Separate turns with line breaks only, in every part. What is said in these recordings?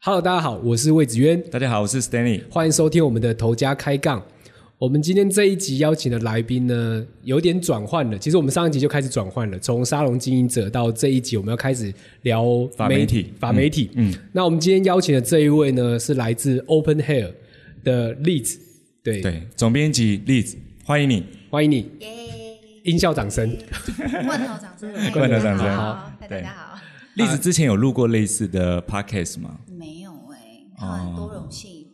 Hello，大家好，我是魏子渊，
大家好，我是 Stanley。
欢迎收听我们的头家开杠。我们今天这一集邀请的来宾呢，有点转换了。其实我们上一集就开始转换了，从沙龙经营者到这一集，我们要开始聊
法媒体
法媒体，嗯，那我们今天邀请的这一位呢，是来自 Open Hair 的例子。对，
对，总编辑 Liz，欢迎你。
欢迎你，
耶！
音效掌声。
罐头 掌声，
罐头掌声
好，大
对
家好。
栗子之前有录过类似的 podcast 吗？
没有哎，
哦
很多 荣幸，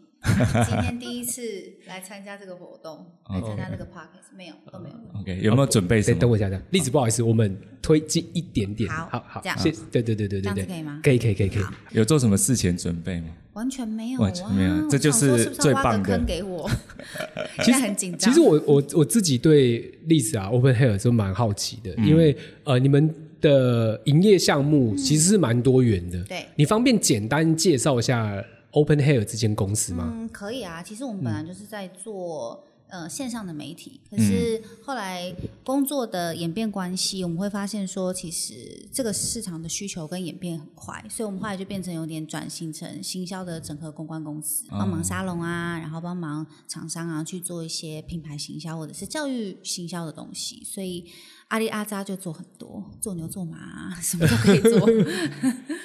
今天第一次来参加这个活动，来参加
哦
这个 podcast，没有，都没有。
OK，有没有准备什
哦对，等
么？
我一下，等我一下例子，不好意思，我们推进一点点。
好
好好
这，样
谢，对对对对对
这样
对，
子可以吗
可以可以可以可以。
有做什么事前准备吗？
完全没有，
完全没有
哇
这就是
我想说是不是
最
要挖
棒
个
的
坑给我， 现在很紧张。
其实我我我自己对例子啊，Open Hair 都蛮好奇的，因为呃，你们的营业项目其实是蛮多元的。
嗯对
你方便简单介绍一下 Open Hair 这间公司吗？
嗯，可以啊。其实我们本来就是在做、呃线上的媒体，可是后来工作的演变关系，我们会发现说，其实这个市场的需求跟演变很快，所以我们后来就变成有点转型成行销的整合公关公司，帮忙沙龙啊，然后帮忙厂商啊去做一些品牌行销或者是教育行销的东西，所以。阿里阿扎就做很多，做牛做马啊、什么都可以做。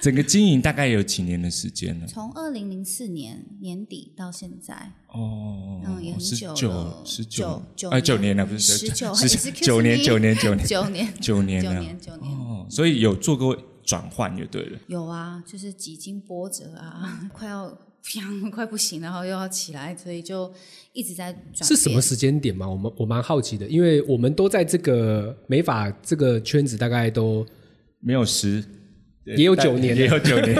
整个经营大概有几年的时间了？
从二零零四年年底到现在，
哦，
嗯也很
十
久
九
了
十九
九
哎九
九
年了，不是
十九
十
19 excuse
九年
me
九年九年
九年，
九年
九
了。
年，九年。
哦，所以有做过转换就对了。
有啊，就是几经波折啊， 快要快不行，然后又要起来，所以就嗯一直在转变。
是什么时间点吗？我们我蛮好奇的，因为我们都在这个美发这个圈子，大概都
没有十，
也有九年了
也有九年。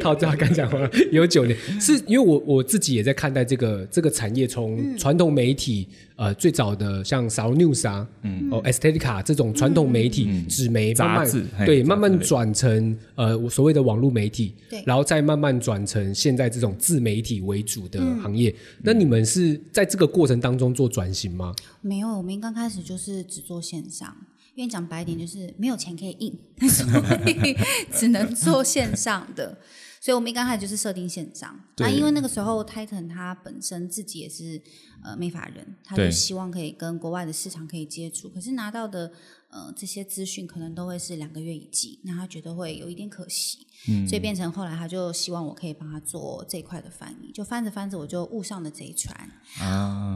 套这刚讲完了，有九年，
嗯
是因为我我自己也在看待这个这个产业，
嗯
从传统媒体，呃，最早的像 s a l News 啊，嗯，哦 Estetica 这种传统媒体、纸媒，
嗯杂
慢慢
志嘿
对，
杂志
慢慢
类
转成呃我所谓的网络媒体，
对
然后再慢慢转成现在这种自媒体为主的
嗯
行业。那你们是在这个过程当中做转型吗？
没有，我们刚开始就是只做线上，因为讲白一点就是没有钱可以印， 所 以只能做线上的。所以我们一刚开始就是设定线上，那
对
因为那个时候 Titan 他本身自己也是呃美法人，他
对
就希望可以跟国外的市场可以接触，可是拿到的呃这些资讯可能都会是两个月一季，那他觉得会有一点可惜，
嗯
所以变成后来他就希望我可以帮他做这一块的翻译，就翻着翻着我就误上了这一船，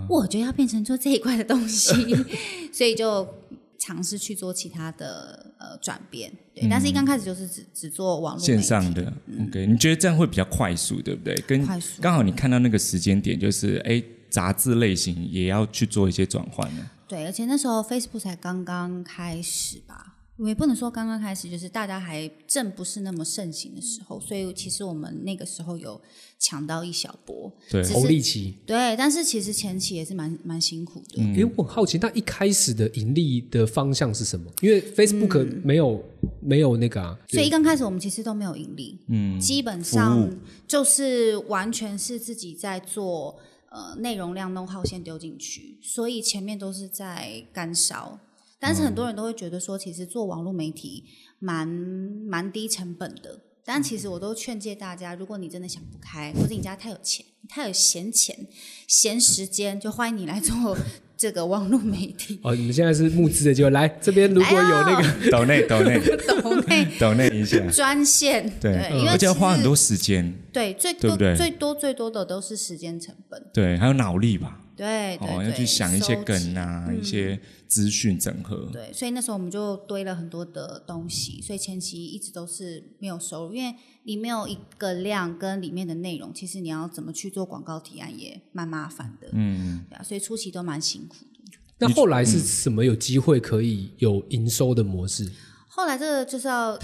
我觉得要变成做这一块的东西， 所以就尝试去做其他的呃转变。对，但是一刚开始就是只只做网络媒
嗯线
体嗯
上的、OK，你觉得这样会比较快速，对不对？跟
快速
刚好你看到那个时间点，就是哎，杂志类型也要去做一些转换 了。
对，而且那时候 Facebook 才刚刚开始吧，我也不能说刚刚开始，就是大家还正不是那么盛行的时
嗯
候，所以其实我们那个时候有抢到一小波。
对
只是
红利期，
对，但是其实前期也是蛮蛮辛苦
嗯
的。
因为我很好奇，那一开始的盈利的方向是什么？因
嗯
为 Facebook 没有、没有那个啊，
所以一刚开始我们其实都没有盈利，嗯，基本上就是完全是自己在做呃内容量弄好先丢进去，所以前面都是在干烧。但是很多人都会觉得说，其实做网络媒体蛮蛮低成本的。但其实我都劝诫大家，如果你真的想不开，或者你家太有钱、太有闲钱、闲时间，就欢迎你来做这个网络媒体。哎
哦，你们现在是募资的，就来这边如果有那个，
抖内抖内
抖内
抖内一下，
专线，
对，嗯
因为
而且要
其
花
实
很多时间，
对，最
对
多
不对
最多最多的都是时间成本。
对，还有脑力吧，
对对
哦，
对，
要去想一些
收集嗯
梗啊，一些资讯整合，
对，所以那时候我们就堆了很多的东西，所以前期一直都是没有收入，因为你没有一个量跟里面的内容，其实你要怎么去做广告提案也蛮麻烦的。嗯，对啊，所以初期都蛮辛苦的。
那后来是什么有机会可以有营收的模式？
后来这个就是要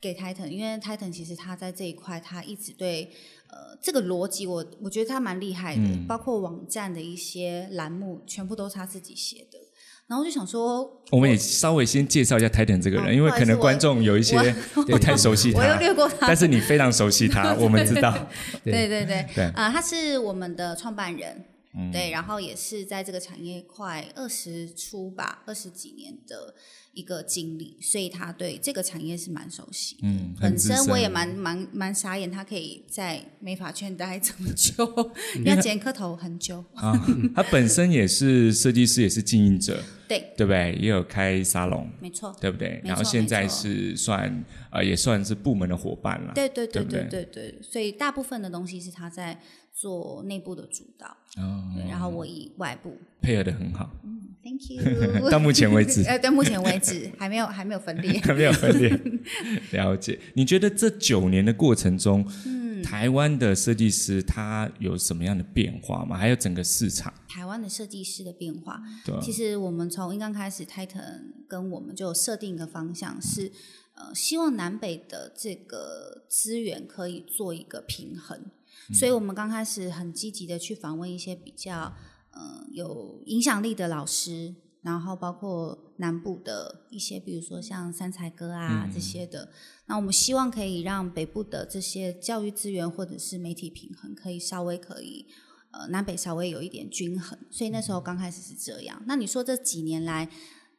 给 Titan，因为 Titan 其实他在这一块，他一直对呃这个逻辑我，我觉得他蛮厉害的，
嗯
包括网站的一些栏目，全部都是他自己写的。然后我就想说，
我们也稍微先介绍一下 Titan 这个人，
哦
因为
不好意
可
思
能
我
观众有一些
我
不 太熟悉
我又
他，
略过他，
但是你非常熟悉 他，我们知道。
对对对，
对嗯
啊、他是我们的创办人，对，然后也是在这个产业快二十出吧，二十几年的一个经历，所以他对这个产业是蛮熟悉。
嗯，很
本
资
身我也
深
蛮蛮蛮傻眼，他可以在美发圈待这么久，因为他剪颗头 很久。
啊， 他本身也是设计师，也是经营者，
对，
对不对？也有开沙龙，
没错，
对不对？
没错
然后现在
没错
是算呃，也算是部门的伙伴了。
对对
对
对
不
对对对，所以大部分的东西是他在做内部的主导，
哦，
对，然后我以外部。
配合的很好， 。
嗯，Thank you
到目前为止
呃，到目前为止还没有还没有分 裂。
没有分 裂。了解，你觉得这九年的过程中，
嗯
台湾的设计师他有什么样的变化吗？还有整个市场，
台湾的设计师的变化，
对啊
其实我们从一刚开始，Titan 跟我们就有设定一个方向是，呃，希望南北的这个资源可以做一个平衡，
嗯
所以我们刚开始很积极的去访问一些比较呃有影响力的老师，然后包括南部的一些，比如说像三才哥啊、
嗯
这些的，那我们希望可以让北部的这些教育资源或者是媒体平衡，可以稍微可以呃南北稍微有一点均衡。所以那时候刚开始是这样。那你说这几年来，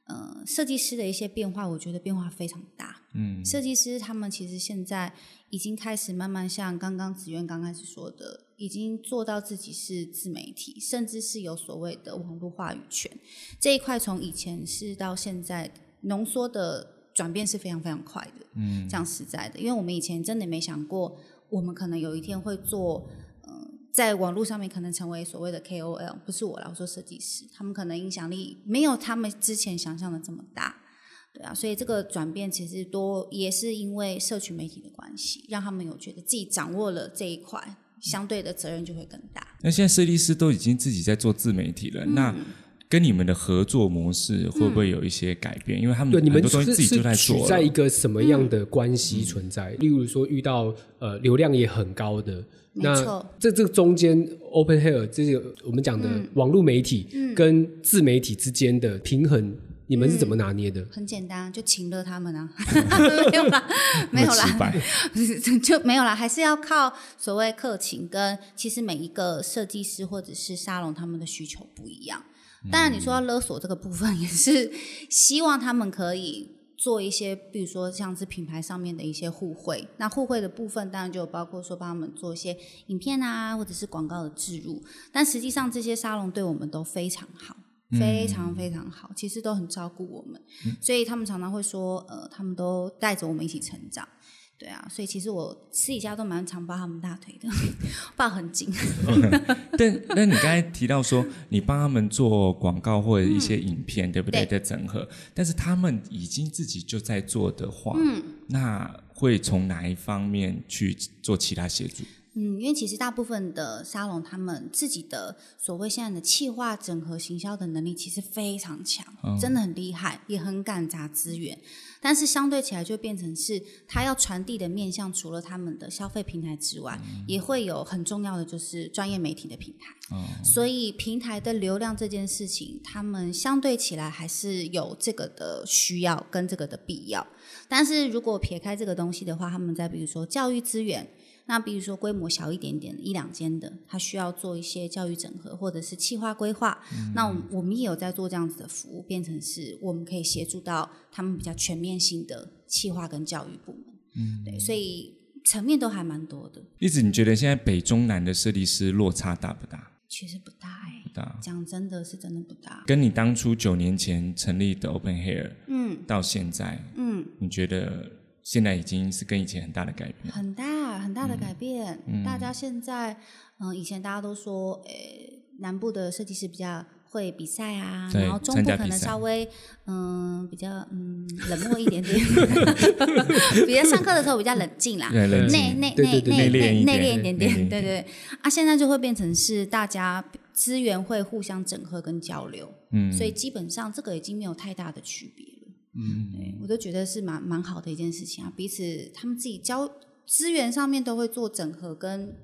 呃，设计师的一些变化，我觉得变化非常大。嗯，设计师他们其实现在已经开始慢慢像刚刚子渊刚开始说的，已经做到自己是自媒体，甚至是有所谓的网络话语权这一块，从以前是到现在浓缩的。转变是非常非常快的，嗯，这样实在的，因为我们以前真的没想过，我们可能有一天会做，呃，在网络上面可能成为所谓的 KOL，不是我啦，我说设计师，他们可能影响力没有他们之前想象的这么大，对啊，所以这个转变其实多也是因为社群媒体的关系，让他们有觉得自己掌握了这一块，相对的责任就会更大。
那现在设计师都已经自己在做自媒体
嗯
了，那。跟你们的合作模式会不会有一些改变？因为他们
对，你
嗯
们
很多东西
是
自己就是在做
处
了，嗯
在一个什么样的关系存在？例如说，遇到呃流量也很高的，
没
那
错
这这中间 Open Hair 这个我们讲的
嗯
网络媒体跟自媒体之间的平衡，你们是怎么拿捏的？
很简单，就请了他们啊， 没有啦，没有
那么直
啦，
白
就没有啦，还是要靠所谓客情跟其实每一个设计师或者是沙龙他们的需求不一样。当然，你说要勒索这个部分，也是希望他们可以做一些，比如说像是品牌上面的一些互惠。那互惠的部分，当然就有包括说帮他们做一些影片啊，或者是广告的植入。但实际上，这些沙龙对我们都非常好。非常非常好，其实都很照顾我们，所以他们常常会说，呃，他们都带着我们一起成长，对啊，所以其实我私底下都蛮常抱他们大腿的， 抱很紧。
但那你刚才提到说，你帮他们做广告或者一些影片，对不对？
嗯对
的整合，但是他们已经自己就在做的话，
嗯
那会从哪一方面去做其他协助？
嗯，因为其实大部分的沙龙他们自己的所谓现在的企划整合行销的能力其实非常强，真的很厉害，也很敢砸资源。但是相对起来就变成是他要传递的面向，除了他们的消费平台之外，也会有很重要的就是专业媒体的平台。所以平台的流量这件事情，他们相对起来还是有这个的需要跟这个的必要。但是如果撇开这个东西的话，他们在比如说教育资源。那比如说规模小一点点的一两间的，它需要做一些教育整合或者是企划规划。
嗯
那我们我们也有在做这样子的服务，变成是我们可以协助到他们比较全面性的企划跟教育部门。嗯，对，所以层面都还蛮多的，
一直你觉得现在北中南的设计师落差大不大？
其实不大哎、
不大。
讲真的是真的不大。
跟你当初九年前成立的 Open Hair，嗯，到现在，嗯，你觉得现在已经是跟以前很大的改变？嗯
很大很大的改变。大家现在，嗯、以前大家都说，呃，南部的设计师比较会比赛啊，
对
然后中
参
部
加
可
比
能
赛
稍微，嗯、比较嗯冷漠一点点， 比较上课的时候比较冷静啦。
对，呃冷
内
静。
内
对对
内
对
内
内
敛一
内
点
敛一点
内敛一点
点，对对啊，现在就会变成是大家资源会互相整合跟交流，嗯，所以基本上这个已经没有太大的区别了，嗯，对我都觉得是蛮蛮好的一件事情啊，彼此他们自己交资源上面都会做整合跟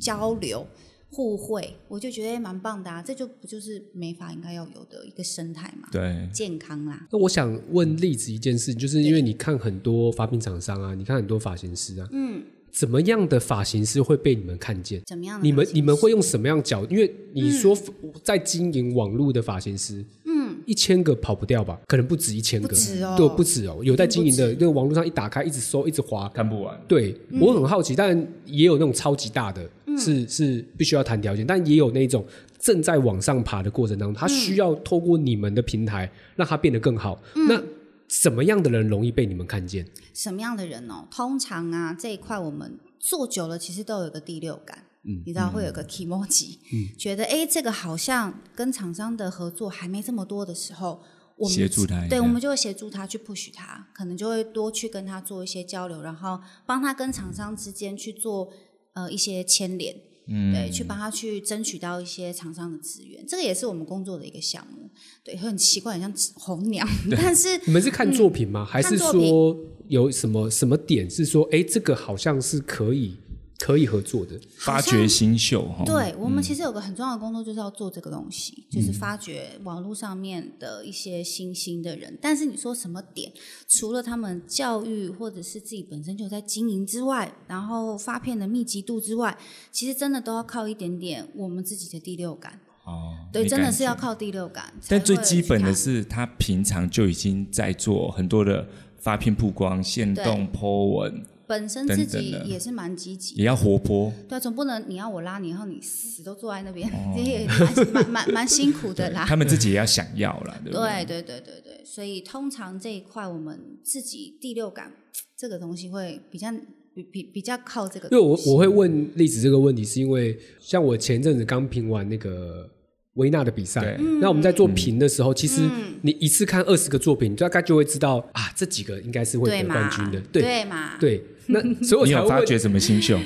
交流。互惠，我就觉得蛮棒的啊！这就不就是美法应该要有的一个生态嘛，
对，
健康啦，
那我想问栗子一件事，就是因为你看很多发品厂商啊，你看很多发型师啊，嗯，怎么样的发型师会被你们看见？
怎么样的
你们
发型
你们
师
会用什么样角？因为你说在经营网络的发型师，嗯，一千个跑不掉吧？可能不止一千个，
不止哦
对，不止哦。有在经营的，那个网络上一打开，一直搜，一直滑，
看不完。
对、我很好奇，但也有那种超级大的，是是必须要谈条件，但也有那种正在往上爬的过程当中，他需要透过你们的平台让他变得更好。那什么样的人容易被你们看见？
什么样的人哦？通常啊，这一块我们做久了，其实都有一个第六感，
嗯
你知道会有个 e m o j i 觉得哎，这个好像跟厂商的合作还没这么多的时候，我们
协助他一下
对，我们就会协助他去 push 他，可能就会多去跟他做一些交流，然后帮他跟厂商之间去做呃一些牵连。
嗯
对，去帮他去争取到一些厂商的资源，这个也是我们工作的一个项目。对，很奇怪，很像红娘， 但是
你们是看作品吗？还是
嗯看作品
说有什么什么点是说，哎，这个好像是可以可以合作的？
发
好像
掘新秀哈，
对我们其实有个很重要的工作，就是要做这个东西，就是
嗯
发掘网络上面的一些新兴的人。但是你说什么点？除了他们教育或者是自己本身就在经营之外，然后发片的密集度之外，其实真的都要靠一点点我们自己的第六感。
哦，
对，
没
真的
感
是
觉
要。靠第六感。
但
才
最
会
基本的
看
是，他平常就已经在做很多的发片曝光、限动、po 文，
本身
等
自
等
己
的
也是蛮积极的
也要活泼。
对啊，总不能你要我拉你，然后你死都坐在那边，
哦
这也蛮蛮蛮蛮辛苦的 啦。
他们自己也要想要 啦，对不对？
啊对对对对对，所以通常这一块我们自己第六感这个东西会比较比比比较靠这个
因为我
东西。
我会问栗子这个问题，是因为像我前阵子刚评完那个维纳的比赛
对，
那我们在做评的时候，其实
嗯
你一次看二十个作品，你大概就会知道啊，这几个应该是会
对
得
嘛
冠军的，
对
对
嘛，
对。那所以我
你
才
有
会
发
问
掘什么新 秀？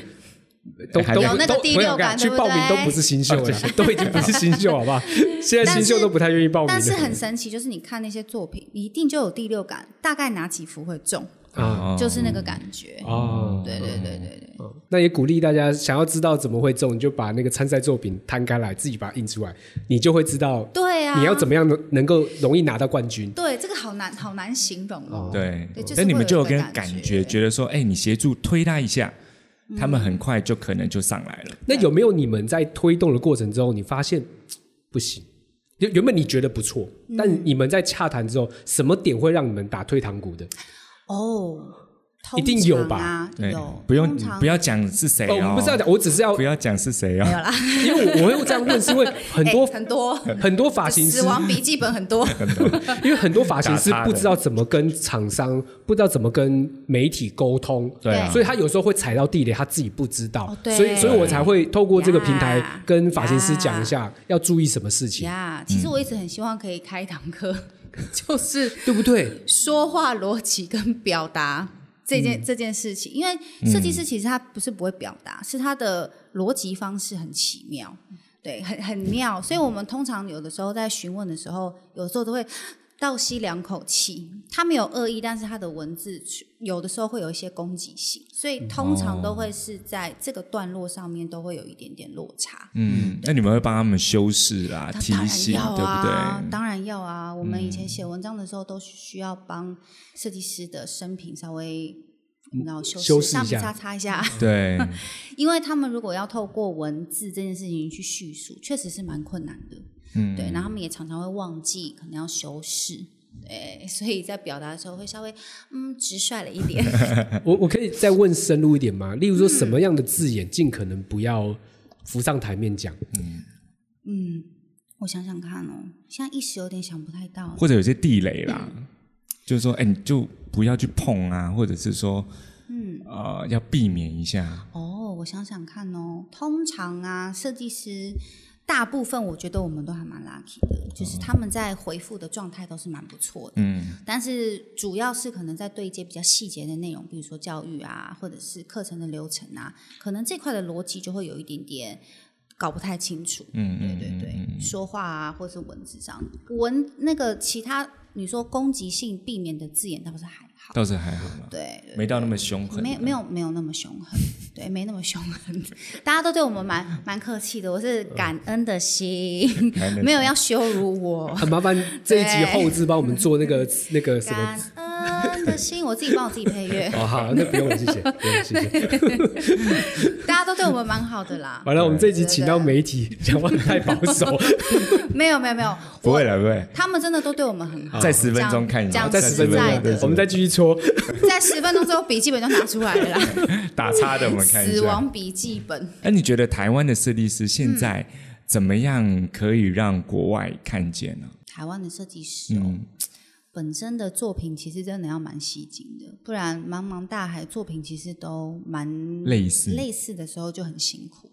都
还
都
有
那个
都
第
我
六
想
感
去
对不
报名都
对
不是新秀了，都已经不是新秀， 好不好？现在新秀都不太愿意报名
但是
了
很神奇，就是你看那些作品，你一定就有第六感，大概哪几幅会中，
哦
啊
就是那个感觉。
哦。
对对对对对，
哦那也鼓励大家，想要知道怎么会中，你就把那个参赛作品摊开来，自己把它印出来，你就会知道
对啊，
你要怎么样能能够容易拿到冠军。
对这个好难好难形容哦。
对
对，就是
但你们
会有
就有
一个
跟
感
感觉，
觉嗯
觉得说，哎，你协助推他一下，他们很快就可能就上来了。
那有没有你们在推动的过程中，你发现嘖不行？原原本你觉得不错，
嗯
但你们在洽谈之后，什么点会让你们打退堂鼓的？
哦，
一定有吧哎
通常啊
对
有，
不用
通常
不要讲是谁
哦，我们
哦
不是要，讲，我只是要
不，要讲是谁哦，
因为我我会这样问，是因为很
哎
多
很多。
很多发型师
死，亡笔记本很多，
因为很多发型师不知道怎么跟厂商，不知道怎么跟媒体沟通，
对啊，
所以他有时候会踩到地雷，他自己不知道
哦，对
所以所以我才会透过这个平台
呀
跟发型师讲一下要注意什么事情，
呀其实我一直很希望可以开一堂课， 就是
对不对？
说话逻辑跟表达这件、这件事情，因为设计师其实他不是不会表达，是他的逻辑方式很奇妙，对，很很妙。所以我们通常有的时候在询问的时候，有时候都会 倒吸两口气。他没有恶意，但是他的文字有的时候会有一些攻击性，所以通常都会是在这个段落上面都会有一点点落差。
嗯，那你们会帮他们修饰啊、
当
提
当然
醒，
要
对不
啊，
对？
当然要啊！我们以前写文章的时候，都需要帮设计师的生平稍微
嗯
然后修
修
饰
饰
上
一
笔
下
擦擦一下，
对，
因为他们如果要透过文字这件事情去叙述，确实是蛮困难的。嗯，对，然后他们也常常会忘记，可能要修饰。对，所以在表达的时候会稍微嗯直率了一 点。
哎
我我可以再问深入一点吗？例如说什么样的字眼尽可能不要浮上台面讲？
嗯，我想想看哦，现在一时有点想不太到。
或者有些地雷啦，
嗯
就是说，哎，你就不要去碰啊，或者是说，嗯，呃，要避免一下。
哦，我想想看哦，通常啊，设计师大部分我觉得我们都还蛮 lucky 的，就是他们在回复的状态都是蛮不错的。
哦嗯，
但是主要是可能在对接比较细节的内容，比如说教育啊，或者是课程的流程啊，可能这块的逻辑就会有一点点搞不太清楚。
嗯
对对对，说话啊，或是文字上，文那个其他你说攻击性避免的字眼倒是还好。
倒是还好啦，
对，对
没到那么凶狠。
呃没有没有没有那么凶狠，对，没那么凶狠， 大家都对我们蛮蛮客气的，我是
嗯
感恩的 心，没有要羞辱我，
啊很麻烦这一集
对 啊
后置帮我们做那个那个什么，
感恩的心，我自己帮我自己配乐
哦，好，那不用了，谢谢，不用了谢谢。
大家都对我们蛮好的啦。
完了，我们这一集请到媒体，讲话太保守，
没有没有没有，
不会啊
我，
了，不会。
他们真的都对我们很好。
在十分钟看一下，
讲
再
讲
十
实
分钟
在
对
的，
我们再继续搓。
在十分钟之后笔记本就拿出来了啦，
打叉的，我们看一
死
下。
亡笔记本。
那你觉得台湾的设计师现在
嗯
怎么样可以让国外看见啊呢？
台湾的设计师哦，
嗯，
本身的作品其实真的要蛮吸睛的，不然茫茫大海作品其实都蛮
类似
类似的时候就很辛苦。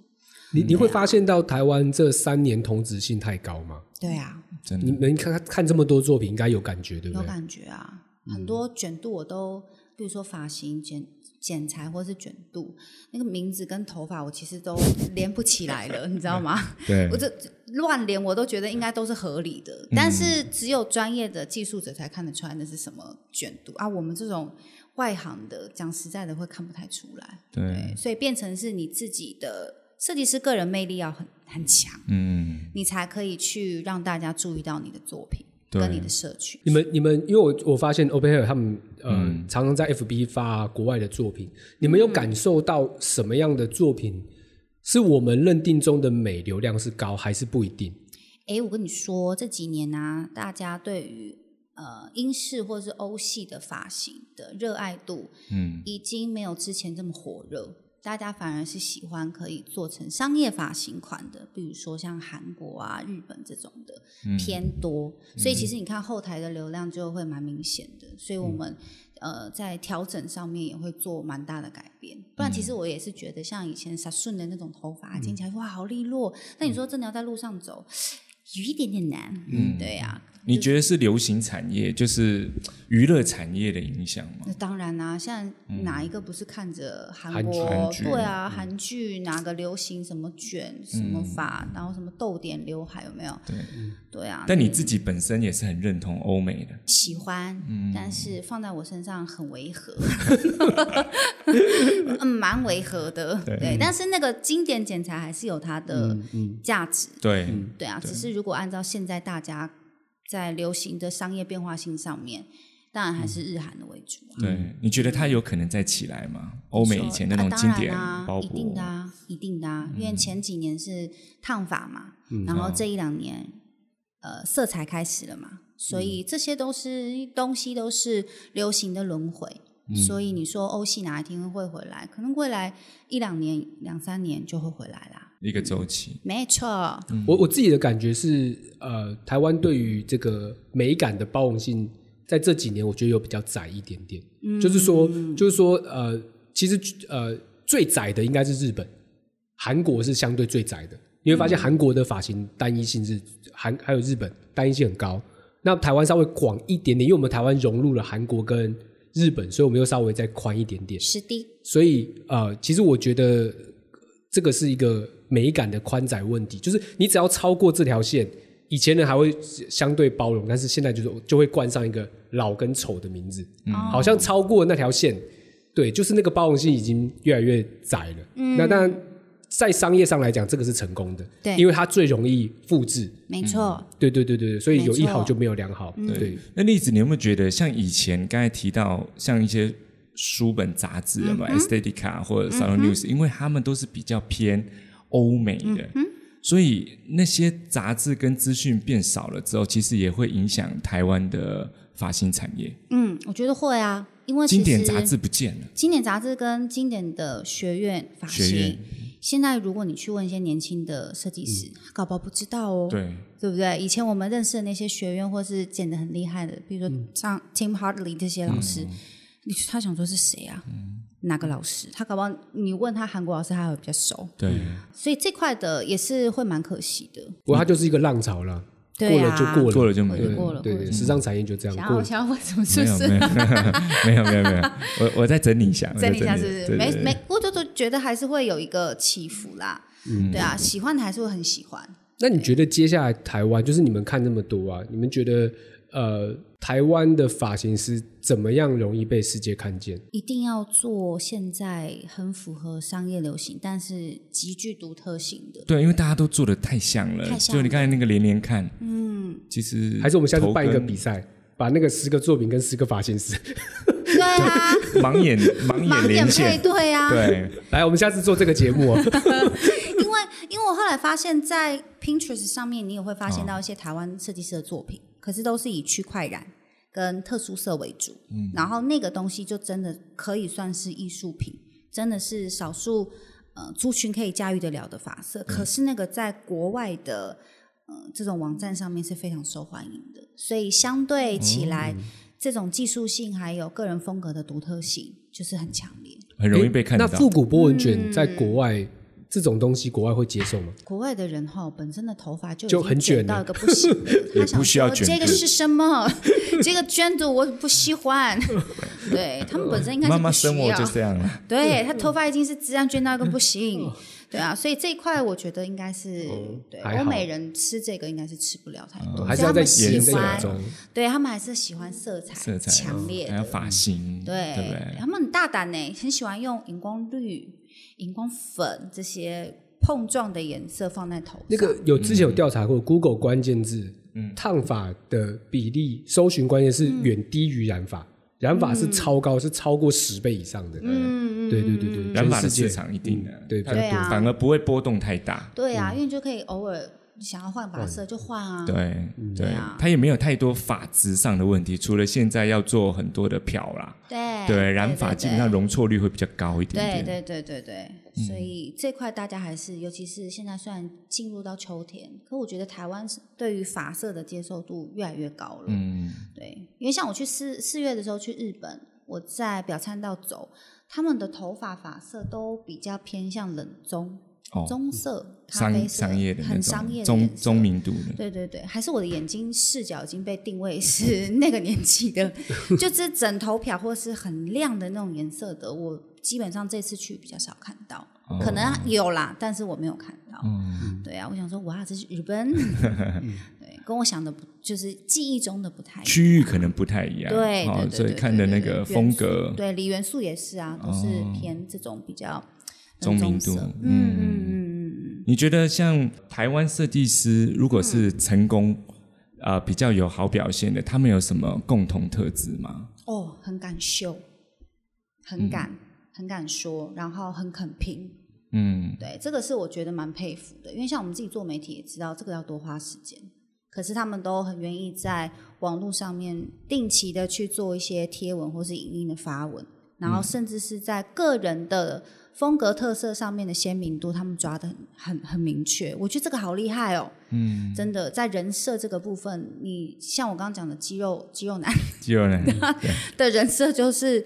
你你
嗯
会发现到台湾这三年同质性太高吗？
对啊，
真
你
的，
们看看这么多作品，应该有感觉，对不
有
对？
感觉啊，很多卷度我都，比如说发型剪剪裁或是卷度，那个名字跟头发我其实都连不起来了，你知道吗？
对嗯
我，这乱连我都觉得应该都是合理的，但是只有专业的技术者才看得出来那是什么卷度啊，我们这种外行的讲实在的会看不太出来，
对，
所以变成是你自己的设计师个人魅力要很很强，
嗯，
你才可以去让大家注意到你的作品
对
跟你的社群。
你们你们，因为我我发现 OpenAir 他们呃、
嗯
常常在 FB 发国外的作品，你们有感受到什么样的作品是我们认定中的美流量是高，还是不一定？
诶，我跟你说，这几年呢、啊大家对于呃英式或是欧系的发型的热爱度，
嗯，
已经没有之前这么火热。大家反而是喜欢可以做成商业发型款的，比如说像韩国啊、日本这种的偏多，所以其实你看后台的流量就会蛮明显的。所以我们、呃在调整上面也会做蛮大的改变。不然其实我也是觉得像以前傻顺的那种头发，听起来哇好利落，但你说真的要在路上走，有一点点难。嗯，对呀、
你觉得是流行产业，就是娱乐产业的影响吗？
那当然啦、现在哪一个不是看着韩
嗯
国？
韩剧嗯
对啊，韩剧哪个流行什么卷、什么发，然后什么逗点刘海有没有？
对，
对啊，
但你自己本身也是很认同欧美的，
喜欢，
嗯
但是放在我身上很 违和，嗯，蛮违和的。
对嗯
对，但是那个经典剪裁还是有它的价值。
对，
对啊，只是如果按照现在大家在流行的商业变化性上面，当然还是
嗯
日韩的为主啊。
对，你觉得它有可能再起来吗？欧美以前那种
啊
经典
当然啊
包
一定的
裹，嗯
啊，一定的啊，因为前几年是烫发嘛，然
啊
后这一两年呃色彩开始了
嗯
嘛，所以这些都是东西都是流行的轮回。
嗯
所以你说欧系哪一天会回来？可能未来一两年、两三年就会回来啦。
一个周期，
没错，
嗯
我我自己的感觉是，呃，台湾对于这个美感的包容性，在这几年我觉得有比较窄一点点。就是说，就是说，呃，其实呃最窄的应该是日本，韩国是相对最窄的。你会发现韩国的发型单一性是韩还有日本单一性很高，那台湾稍微广一点点，因为我们台湾融入了韩国跟日本，所以我们又稍微再宽一点点。
是的，
所以呃，其实我觉得这个是一个美感的宽窄问题，就是你只要超过这条线，以前人还会相对包容，但是现在就是就会冠上一个老跟丑的名字，
嗯
好像超过那条线，对，就是那个包容性已经越来越窄了。那当然，在商业上来讲，这个是成功的，
嗯对
因为它最容易复制。
没错，
对对对对对，所以有一
没错嗯
好就没有两好，对，
那例子，你有没有觉得像以前刚才提到，像一些书本杂志有
嗯
没有 Estetica 或者 Salon News，、因为他们都是比较偏欧美的，
嗯
所以那些杂志跟资讯变少了之后，其实也会影响台湾的发型产业。
嗯，我觉得会啊，因为其
经
实
典杂志不见了，
经典杂志跟经典的学院发
学
型
院，
现在如果你去问一些年轻的设计师，搞不好不知道哦，
嗯对，
对不对？以前我们认识的那些学院或是剪得很厉害的，比如
嗯
说像 Tim Hartley 这些老师，你他想说是谁啊？
嗯
哪个老师？他搞不好你问他韩国老师，他还会比较熟，
对，
所以这块的也是会蛮可惜的。
不过它就是一个浪潮了，
对啊，
过了就过了，
过了就没
过
了
就。过了，
对
过了
对，时尚产业就这样
想
过
要
了。
想要问什么是
没
不
有
是？
没有没有没有没有，我我再整理一下， 我再
整理一下是不
对
是？
对
没
对嗯
没，我就都觉得还是会有一个起伏啦。对啊，喜欢的还是会很喜欢。
那你觉得接下来台湾就是你们看那么多啊，你们觉得呃台湾的发型师怎么样容易被世界看见？
一定要做现在很符合商业流行，但是极具独特性 的。
对，因为大家都做的太像了，
太像
就你刚才那个连连看，嗯，其实
还是我们下次
头
办一个
跟
比赛，把那个十个作品跟十个发型师，
对啊，
盲 眼盲
盲
眼
点
连
配
线，
对啊，
对，
来，我们下次做这个节目、哦，
因为因为我后来发现，在 Pinterest 上面，你也会发现到一些台湾设计师的作品，可是都是以区块染跟特殊色为主，然后那个东西就真的可以算是艺术品，真的是少数呃族群可以驾驭得了的发色。可是那个在国外的呃这种网站上面是非常受欢迎的，所以相对起来，这种技术性还有个人风格的独特性就是很强烈。
很容易被看
那
到。
复古波纹
嗯
卷在国外、这种东西，国外会接受吗？
国外的人哈，本身的头发就已
就
经
很卷
到
了
一个不 行了，他
也
想
不需要
说
卷
这个
度
是什么？ 这个卷度我不喜欢。 对他们本身应该
妈
是
妈
不需
生我
要，
就这样 了，
对他头发已经是自然卷到一个不行，对啊，所以这一块我觉得应该是
哦
对
还好
欧美人吃这个应该是吃不了太多，
还是
所以
要
他
在
们
颜
喜
色
欢，
中，
对他们还是喜欢色彩
色彩嗯
强烈
还有
的，
发型，
对，嗯
对不对？
他们很大胆呢，很喜欢用荧光绿、荧光粉这些碰撞的颜色放在头上。
那个有之前有
嗯
调查过、g o o g l e 关键字，烫发的比例搜寻关键是
嗯
远低于染发，染发是超高，是超过十倍以上的。嗯，对对对对，
染发的
全世界
市场一定的
嗯，对比
它
较
对啊
反而不会波动太大。
对啊，因为你就可以偶尔想要换发色就换
嗯
啊。
对
嗯
对
啊，
它也没有太多发质上的问题，除了现在要做很多的漂啦，
哎对
对，染发基本上。容错率会比较高一
对
点嗯点。
对对对对对，所以这块大家还是，尤其是现在虽然进入到秋天，可我觉得台湾是对于发色的接受度越来越高了。
嗯，
对，因为像我去四四月的时候去日本，我在表参道走，他们的头发发色都比较偏向冷棕、
哦，
棕色、咖啡
商
色，
商业的那
很商业
种
的
中
颜色
中明度的，
对对对，还是我的眼睛视角已经被定位是 那个年纪的， 就是整头漂或是很亮的那种颜色的，我基本上这次去比较少看到，
哦
可能有啦，但是我没有看到。
嗯
对啊，我想说，哇，这是日 本，对，跟我想的不就是记忆中的不太一样。
区域可能不太一样，
对
哦
对对，
所以
对
看的那
对对
个
元
风
素
格哦
对，李元素也是啊，都是偏这种比较
中明度
色，
嗯
嗯嗯嗯嗯
你觉得像台湾设计师，如果是成
嗯
功，呃，比较有好表现的，他们有什么共同特质吗？
嗯，哦，很敢秀，很敢、很敢说，然后很肯拼，
嗯，
对，这个是我觉得蛮佩服的，因为像我们自己做媒体也知道，这个要多花时间。可是他们都很愿意在网络上面定期的去做一些贴文或是影音的发文，然后甚至是在个人的风格特色上面的鲜明度，他们抓的很很很明确。我觉得这个好厉害哦，嗯，真的在人设这个部分，你像我刚刚讲的肌肉肌肉男
肌肉呢？
的人设就是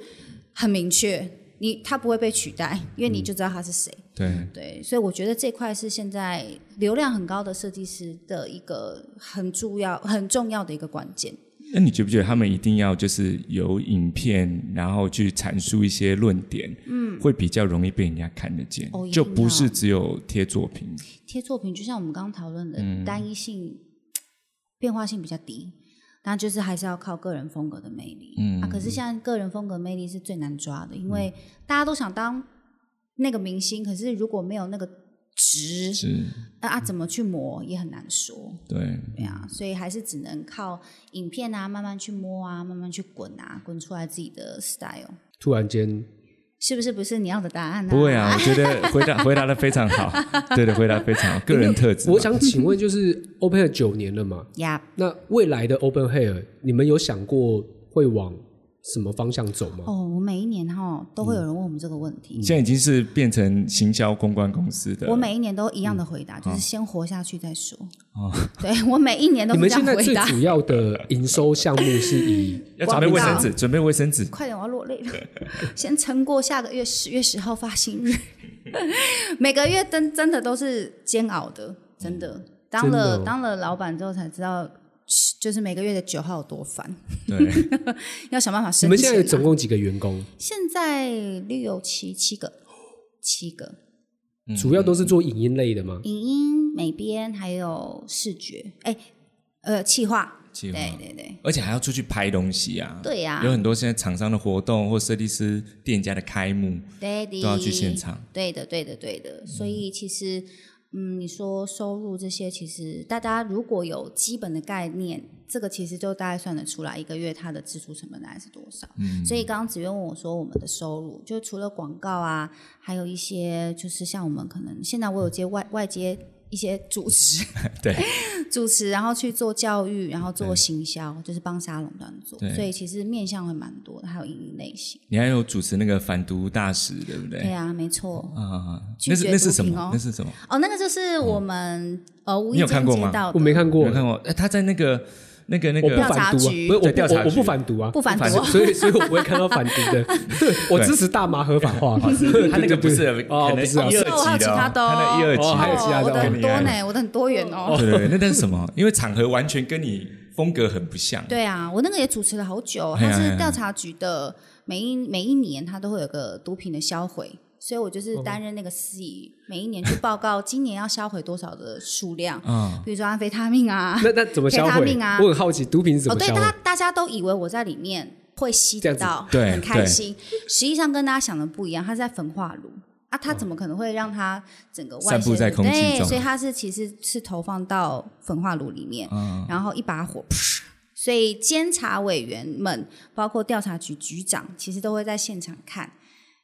很明确，你他不会被取代，因为你就知道他是谁。
对，
对，所以我觉得这块是现在流量很高的设计师的一个很重要、很重要的一个关键。
那你觉不觉得他们一定要就是有影片，然后去阐述一些论点，嗯，会比较容易被人家看得见，
哦一定
就不
要
是只有贴作品，
贴作品就像我们刚刚讨论的，单一性、变化性比较低，那就是还是要靠个人风格的魅力。嗯，啊，可是现在个人风格魅力是最难抓的，因为大家都想当那个明星，可是如果没有那个值，
是，
那啊怎么去磨也很难说。
对，
对啊，所以还是只能靠影片啊，慢慢去摸啊，慢慢去滚啊，滚出来自己的 style，
突然间，
是不是？不是你要的答案呢、
不会啊，我觉得回答回答的非常 好，对的，回答得非常好，个人特质嘛，
我想请问，就是 Open Hair 九年了嘛？
呀
那未来的 Open Hair，你们有想过会往什么方向走吗？
哦，我每一年哈都会有人问我们这个问题，
嗯
现在已经是变成行销公关公司的，
我每一年都一样的回
嗯
答，就是先活下去再说。
哦
对我每一年都
你
是
们
这
现
样
在
回
最
答。啊
主要的营收项目是 以
要准备卫生纸，准备卫生纸，
快点，我要落泪了！先撑过下个月十月十号发行日， 每个月真真的都是煎熬的，真的。当
真
了
的哦
当了老板之后才知道，就是每个月的九号有多烦，
对。
要想办法
你
申请、啊。
们现在有总共几个员工？
现在六七七个，七个
嗯
主要都是做影音类的吗？
影音、美编还有视觉，哎，呃，企划，
计划，
对对对
而且还要出去拍东西啊。
对呀、
有很多现在厂商的活动或设计师店家的开幕，
对的，
都要去现场。嗯
对的，对的，对的。所以其实嗯，你说收入这些，其实大家如果有基本的概念，这个其实就大概算得出来一个月它的支出成本大概是多少。嗯，所以刚刚子渊问我说，我们的收入就除了广告啊，还有一些就是像我们可能现在我有接外外接一些主持，
对，
主持，然后去做教育，然后做行销，就是帮沙龙端做
对，
所以其实面向会蛮多的，还有营运类型。
你还有主持那个反毒大使，对不对？
对啊，没错。
啊啊，啊
拒
那是
绝
那是
毒
什
品
么
哦？
那是什么？
哦，那个就是我们呃无意
你有
间
看过吗
接到的，
我没看过
有，看过？哎，他在那个那个那
我不
个
调
反
查
毒啊，
局
不是我
对调
不
查
我我
局
不反毒啊，
不反毒
所以所以所以我不会看到反毒 的，我支持大麻合法化。
他那个不是，
哦
可能
不是啊
一二
哦我还有
级
其
的哦，
他的
他
哦
那一二级
哦
的，
还有其他的
我的
哦
很多呢，我的很多元哦。
对对对，那但是什么？因为场合完全跟你风格很不像。
对啊，我那个也主持了好久，哦
哎呀
它是调查局的，每一每一年它都会有个毒品的销毁，所以我就是
哦
担任那个司仪，每一年去报告今年要销毁多少的数量，
嗯，
比如说安非他命啊，
那那怎么销
陪他
毁
命？啊
我很好奇，毒品是怎
哦，
么
对，
销
大
毁？
家大家都以为我在里面会吸得到，
这样子对
很开心，实际上跟大家想的不一样，它是在焚化炉。啊，它怎么可能会让它整个外
散布
泄
在空气
对，
中
所以它是其实是投放到焚化炉里面，
嗯
然后一把火，噗所以监察委员们，包括调查局局长，其实都会在现场看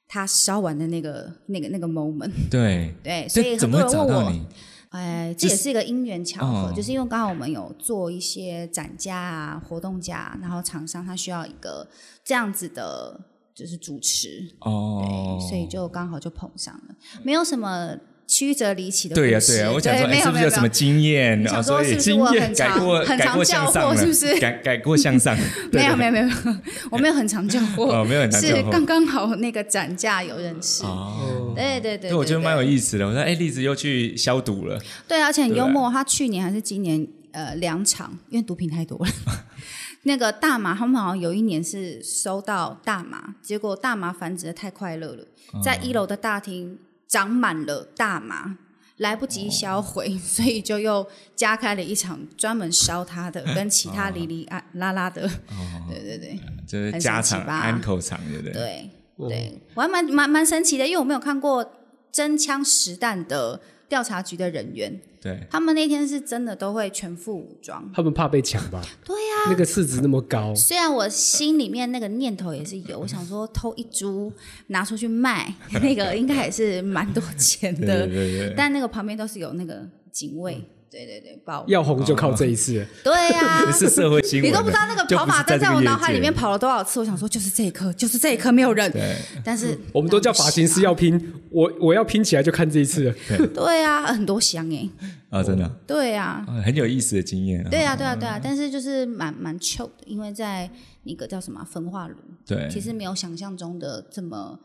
他烧完的那个、那个、那个 moment。
对。
对，所以
这怎么
很多
会
人
找
问
到
我，
你？
哎，这也是一个因缘巧合，
哦
就是因为刚好我们有做一些展架啊、活动架啊，然后厂商他需要一个这样子的，就是主持，
哦，
所以就刚好就碰上了，没有什么曲折离奇的故事。
对呀对呀，我想说，
没
哎，
有
是不
没
是有
有没
什么经验？
你
啊
想
所
说
以
是不是
经
我
验
很
改
常
过，
很
改
常
过
教
向
货
上了，
是不是
改改过向上，对
没有没有没有， 我没有很常教 过，
哦，没有很难
是
教货
刚刚好那个展架有认识。
哦。
对对对，
对，我觉得蛮有
对
意思的。我说，哎，栗子又去消毒了，
对，啊而且很幽默。他去年还是今年，呃，两场，因为毒品太多了。 那个大麻，他们好像有一年是收到大麻，结果大麻繁殖的太快乐了，在一楼的大厅长满了大麻，来不及销毁，所以就又加开了一场专门烧它 的，跟其他离离啊拉拉的。对对对。
就是
嗯很
家
神奇
常、
吧
安口常，对不对？
对哦对，我还蛮蛮蛮神奇的，因为我没有看过真枪实弹的调查局的人员，
对，
他们那天是真的都会全副武装。
他们怕被抢吧？
对啊呀、
那个市值那么高，
虽然我心里面那个念头也是
嗯
有，我想说偷一株拿出去卖， 那个应该也是蛮多钱
对对
的，
对嗯 对。
但那个旁边都是有那个警卫，对对对，保
要红就靠这一次。
对呀、
这是社会新闻
你
的，
都不知道那个
就
跑
不是
马灯
这
在
个
我
业
脑海里
界
面跑了多少次，我想说就是这一颗，就是这一颗没有人，
对，嗯
但是
我们都叫法庭
师。
是要拼，我我要拼起来就看这一次了。
对啊，很多箱哎、
啊，真 的
对啊，
啊很有意思的经验啊。
对啊，对啊，对啊，但是就是蛮蛮 chill 的，因为在那个叫什么啊焚化炉，
对，
其实没有想象中的这么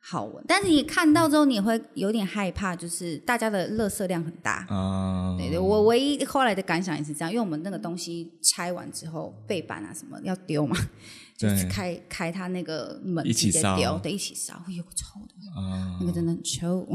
好闻。但是你看到之后，你也会有点害怕，就是大家的垃圾量很大。
啊，
对对，我唯一后来的感想也是这样，因为我们那个东西拆完之后，背板啊什么要丢嘛， 就
对
是开开它那个门
一起
直接
烧
丢，对，一起烧，哎呦，臭的，
啊，
那个真的很臭，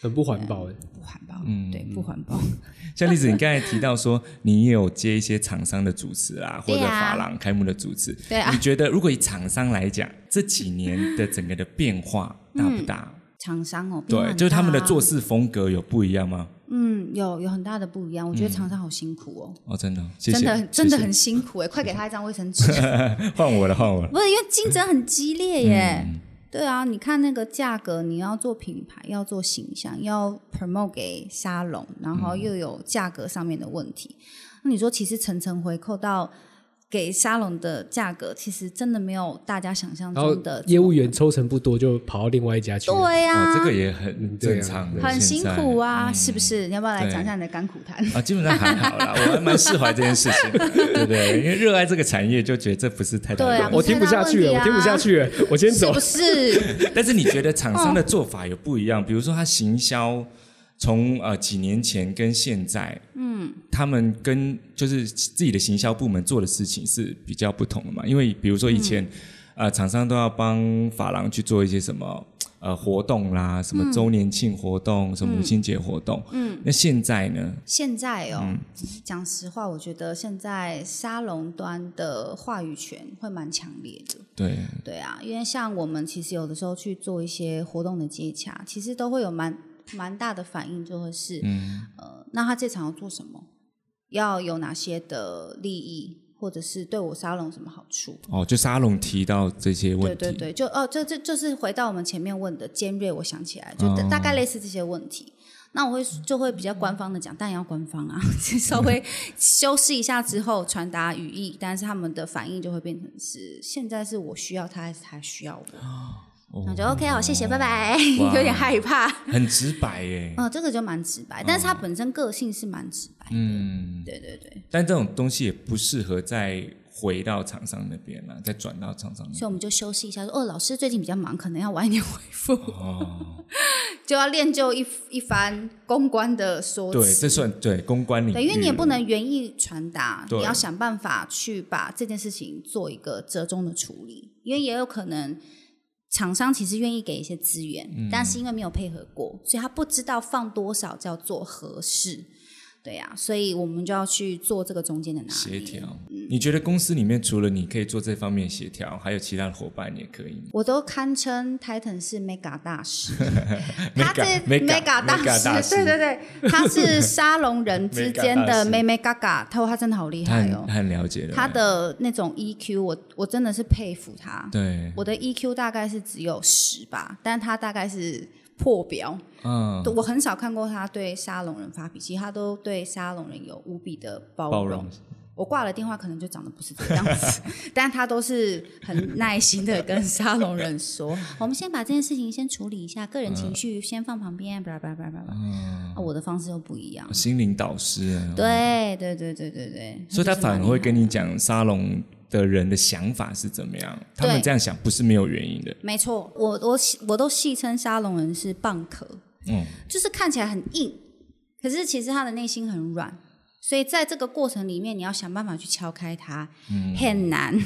很不环保哎，
不环保，
嗯
对，不环保。
像例子，你刚才提到说你也有接一些厂商的主持啊，或
对啊
者发廊开幕的主持，
对啊
你觉得如果以厂商来讲，这几年的整个的变化大不大？
厂商哦，变化
对，
很
就是他们的
大啊
做事风格有不一样吗？
嗯，有有很大的不一样，我觉得厂商好辛苦哦，
哦，真的哦，嗯谢谢，
真的很真的
谢谢
很辛苦哎，快给他一张卫生 纸，
换我了，换我了，
不是因为竞争很激烈耶。对啊，你看那个价格，你要做品牌，要做形象，要 promote 给沙龙，然后又有价格上面的问题。那你说，其实层层回扣到给沙龙的价格，其实真的没有大家想象
然后
中的
业务员抽成不多，就跑到另外一家去了。
对啊呀、
哦，这个也很
对
正
啊
常的，
很辛苦
啊。
啊，是不是？你要不要来讲一下你的甘苦谈？
啊，基本上还好啦，我还蛮释怀这件事情，对不对？因为热爱这个产业，就觉得这不是太大的
对啊
问题
我听不下去了，我听不
啊
下去了，我 先
是
走
不。是？
但是你觉得厂商的做法有不一样？比如说，他行销从呃几年前跟现在，嗯，他们跟就是自己的行销部门做的事情是比较不同的嘛？因为比如说以前，呃，厂商都要帮发廊去做一些什么。呃，活动啦，什么周年庆活动，什么母亲节活动，嗯，那现在呢？
现在哦，讲实话，我觉得现在沙龙端的话语权会蛮强烈的。
对，
对啊，因为像我们其实有的时候去做一些活动的接洽，其实都会有蛮蛮大的反应就会是，呃，那他这场要做什么？要有哪些的利益，或者是对我沙龙有什么好处？
哦，就沙龙提到这些问
对
题，
对对，就哦，这这就是回到我们前面问的尖锐，我想起来，就
哦
大大概类似这些问题。那我会就会比较官方的讲，但也要官方啊， 稍微修饰一下之后传达语义，但是他们的反应就会变成是现在是我需要他，还是他需要我？那就 OK 好，谢谢，拜拜。
哦哇
有点害怕，
很直白耶。
嗯，这个就蛮直白，但是他本身个性是蛮直白的，
哦嗯，
对对对，
但这种东西也不适合再回到厂商那边了，再转到厂商那
所以
边。
我们就休息一下，说哦，老师最近比较忙，可能要晚一点 回复，
哦
就要练就一一番公关的说
对，
辞。
这算对公关领域。
对，因为你也不能原意传达，
对
你要想办法去把这件事情做一个折中的处理，因为也有可能厂商其实愿意给一些资源，
嗯
但是因为没有配合过，所以他不知道放多少叫做合适。对呀、所以我们就要去做这个中间的拿
协
捏。
调。
嗯
你觉得公司里面除了你可以做这方面协调，还有其他的伙伴也可以吗？
我都堪称 Titan 是 Mega 大师，他是
Mega- Mega-
Mega 大
Mega
师，对对对，他是沙龙人之间
Mega 大
的
师
妹妹嘎嘎，他他真的好厉
他
害
很
哦
他，很了解的，
他的那种 EQ，我我真的是佩服他。
对，
我的 EQ 大概是只有十吧，但他大概是破表。
嗯，
我很少看过他对沙龙人发脾气，他都对沙龙人有无比的包
包容。
我挂了电话，可能就长得不是这个样子，但他都是很耐心的跟沙龙人说：“ 我们先把这件事情先处理一下，个人情
嗯
绪先放旁边，巴拉巴拉巴拉巴拉。啊我的方式又不一样。
心灵导师嗯啊，
对对对对对对，
所以他
就是
反
蛮
而
厉
会
害
跟你讲沙龙的人的想法是怎么样，他们
对
这样想不是没有原因的，
没错，我我戏我都戏称沙龙人是蚌壳，
嗯，
就是看起来很硬，可是其实他的内心很软，所以在这个过程里面，你要想办法去敲开它，很难。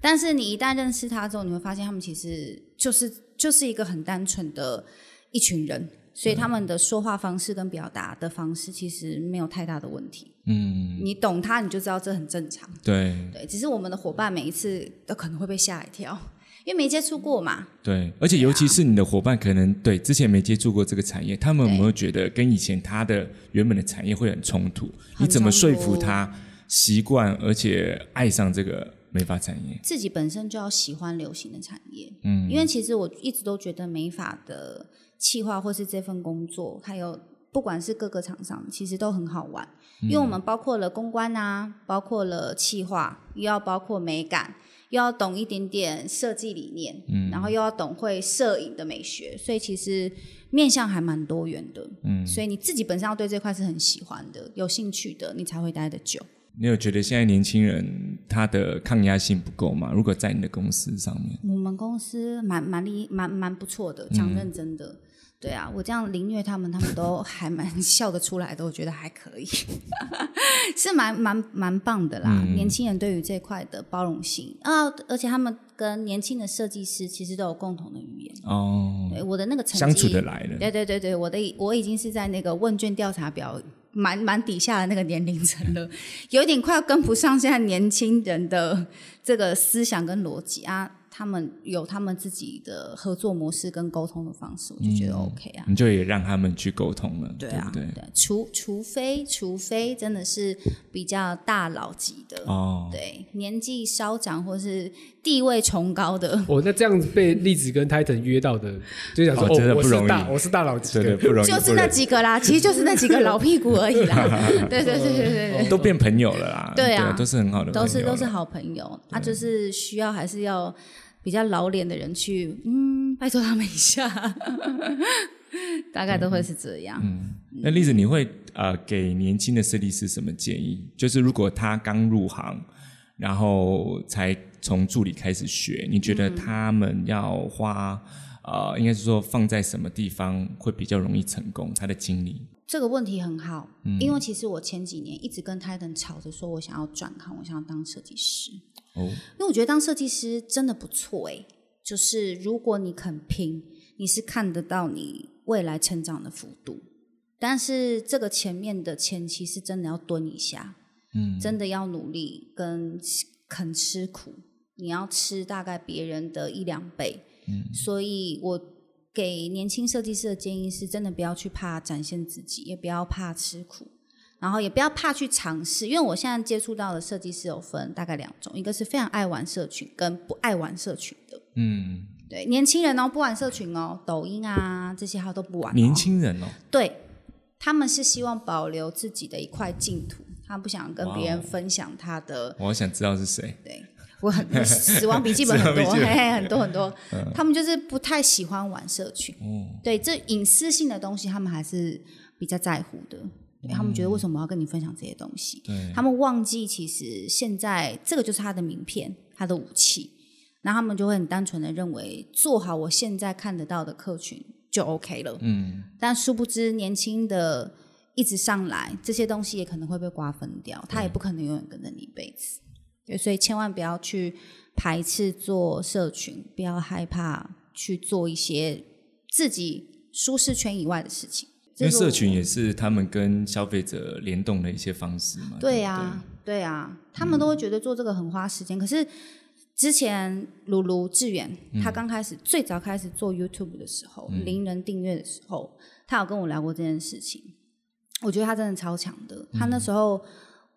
但是你一旦认识他之后，你会发现他们其实就是就是一个很单纯的一群人，所以他们的说话方式跟表达的方式其实没有太大的问题。嗯，你懂他，你就知道这很正常。
对
对，只是我们的伙伴每一次都可能会被吓一跳，因为没接触过嘛。
对，而且尤其是你的伙伴，可能对之前没接触过这个产业，他们有没有觉得跟以前他的原本的产业会很冲突？你怎么说服
哦
他习惯而且爱上这个美发产业？
自己本身就要喜欢流行的产业，嗯，因为其实我一直都觉得美发的企划或是这份工作，还有不管是各个厂商，其实都很好玩，因为我们包括了公关啊，包括了企划，又要包括美感，又要懂一点点设计理念，嗯，然后又要懂会摄影的美学，所以其实面向还蛮多元的，嗯，所以你自己本身要对这块是很喜欢的、有兴趣的，你才会待得久。
你有觉得现在年轻人他的抗压性不够吗？如果在你的公司上面，
我们公司蛮蛮厉蛮蛮不错
嗯
的，讲认真的。对啊，我这样凌虐他们，他们都还蛮笑得出来的，我 觉得还可以，是蛮蛮蛮棒的
嗯
啦。年轻人对于这块的包容性啊，而且他们跟年轻的设计师其实都有共同的语言。
哦，
对我的那个成绩
相处的来了，
对对对对，我的我已经是在那个问卷调查表蛮蛮底下的那个年龄层了，有点快要跟不上现在年轻人的这个思想跟逻辑啊。他们有他们自己的合作模式跟沟通的方式，我就觉得 OK 啊。
嗯你就也让他们去沟通了，
对
对
啊，
不对？
除除非除非真的是比较大佬级的，
哦，
对年纪稍长或是地位崇高的，
哦，那这样子被栗子跟 Titan 约到的，就想说
哦真的
哦我
不容
是
易
大我是大佬级
对对，
的，
不容易，
就是
不容
那
易
几个啦，其实就是那几个老屁股而已 啦。对对对对对对。
都变朋友了啦，
对啊
都是很好的朋友
都
了，
是都是好朋友，他、就是需要还是要比较老脸的人去，嗯，拜托他们一下， 大概都会是这样。
嗯
嗯
那栗子，你会呃给年轻的设计师什么建议？就是如果他刚入行，然后才从助理开始学，你觉得他们要花、呃，应该是说放在什么地方会比较容易成功？他的经历，
这个问题很好，
嗯
因为其实我前几年一直跟 Titan 吵着说，我想要转行，我想要当设计师，
哦，
因为我觉得当设计师真的不错哎、就是如果你肯拼，你是看得到你未来成长的幅度，但是这个前面的前期是真的要蹲一下，
嗯，
真的要努力跟肯
嗯
吃苦，你要吃大概别人的一两倍，所以我给年轻设计师的建议是，真的不要去怕展现自己，也不要怕吃苦，然后也不要怕去尝试。因为我现在接触到的设计师有分大概两种，一个是非常爱玩社群，跟不爱玩社群的。
嗯，
对，年轻人哦，不玩社群哦，抖音啊这些他都不玩、哦。
年轻人哦，
对，他们是希望保留自己的一块净土，他不想跟别人分享他的。
我好想知道是谁。
对我很 死亡笔记本很嗯多，嘿嘿，很多很多。他们就是不太喜欢玩社群，
哦，
对这隐私性的东西，他们还是比较在乎的。对他们觉得为什么要跟你分享这些东西？
对，
他们忘记其实现在这个就是他的名片，他的武器。然后他们就会很单纯的认为，做好我现在看得到的客群就 OK 了。
嗯，
但殊不知，年轻的一直上来，这些东西也可能会被瓜分掉，他也不可能永远跟着你一辈子。对，所以千万不要去排斥做社群，不要害怕去做一些自己舒适圈以外的事情。
因为
这是
社
我
群也是他们跟消费者联动的一些方式嘛。
对啊呀、
呀，
对嗯呀、他们都会觉得做这个很花时间。可是之前卢卢志远，他刚开始、最早开始做 YouTube 的时候，零人订阅的时候，他有跟我聊过这件事情。我觉得他真的超强的。他那时候、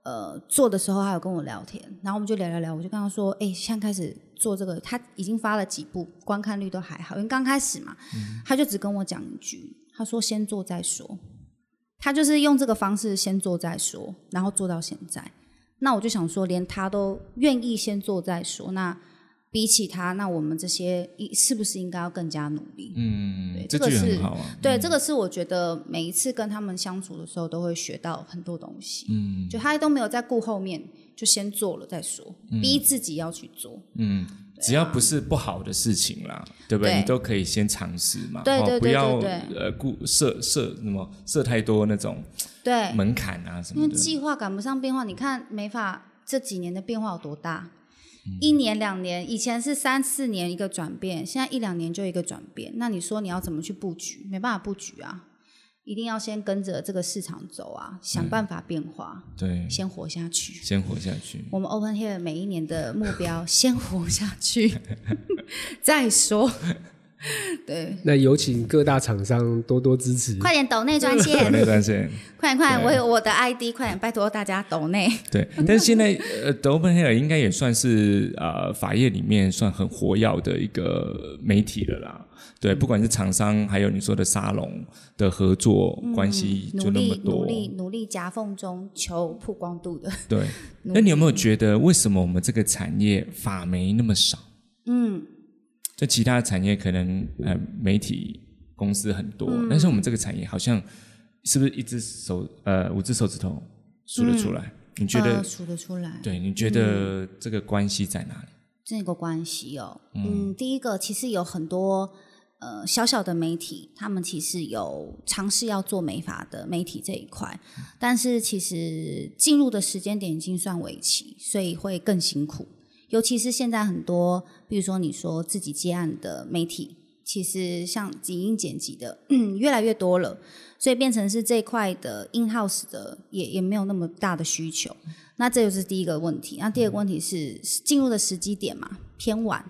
呃做的时候，他有跟我聊天，然后我们就聊聊聊，我就跟他说：“哎、现在开始做这个，他已经发了几部，观看率都还好，因为刚开始嘛。他就只跟我讲一句，他说：“先做再说。”他就是用这个方式先做再说，然后做到现在。那我就想说，连他都愿意先做再说，那比起他，那我们这些一是不是应该要更加努力？
嗯
对，
这
这个
句
是
很好啊。
对，这个是我觉得每一次跟他们相处的时候，都会学到很多东西。嗯，就他都没有在顾后面，就先做了再说，逼自己要去做。
嗯，只要不是不好的事情啦，对不对？
对
你都可以先尝试嘛，
对对
哦不
对
要
对
呃顾设设什么设太多那种
对，
门槛啊什
因
么
为
的。
计划赶不上变化，你看美发这几年的变化有多大？一年两年，以前是三四年一个转变，现在一两年就一个转变。那你说你要怎么去布局？没办法布局啊，一定要先跟着这个市场走啊，想办法变化，
对，
先活下去。
先活下去。
我们 Open Here 每一年的目标， 先活下去， 再说。对，
那有请各大厂商多多支持。
快点抖内专
好那
线，
段 线，
快点快点，我有我的 ID，快点拜托大家抖内。
对，但是现在呃，The Open Hair 应该也算是呃法业里面算很活跃的一个媒体了啦。
嗯
对，不管是厂商，还有你说的沙龙的合作关系，
努
就那么
力嗯努
多。
力努力夹缝中求曝光度的。
对，那你有没有觉得为什么我们这个产业法媒那么少？
嗯，
就其他产业可能呃媒体公司很多，
嗯
但是我们这个产业好像是不是一只手呃五只手指头数得出来？你觉得？
呃、嗯数得出来
对，你觉得这个关系在哪里？
这个关系哦。嗯，第一个其实有很多呃小小的媒体，他们其实有尝试要做美发的媒体这一块，
嗯
但是其实进入的时间点已经算尾期，所以会更辛苦。尤其是现在很多，比如说你说自己接案的媒体，其实像影音剪辑的、嗯、越来越多了，所以变成是这一块的 in house 的也也没有那么大的需求。那这就是第一个问题。那第二个问题是进入的时机点嘛，偏晚，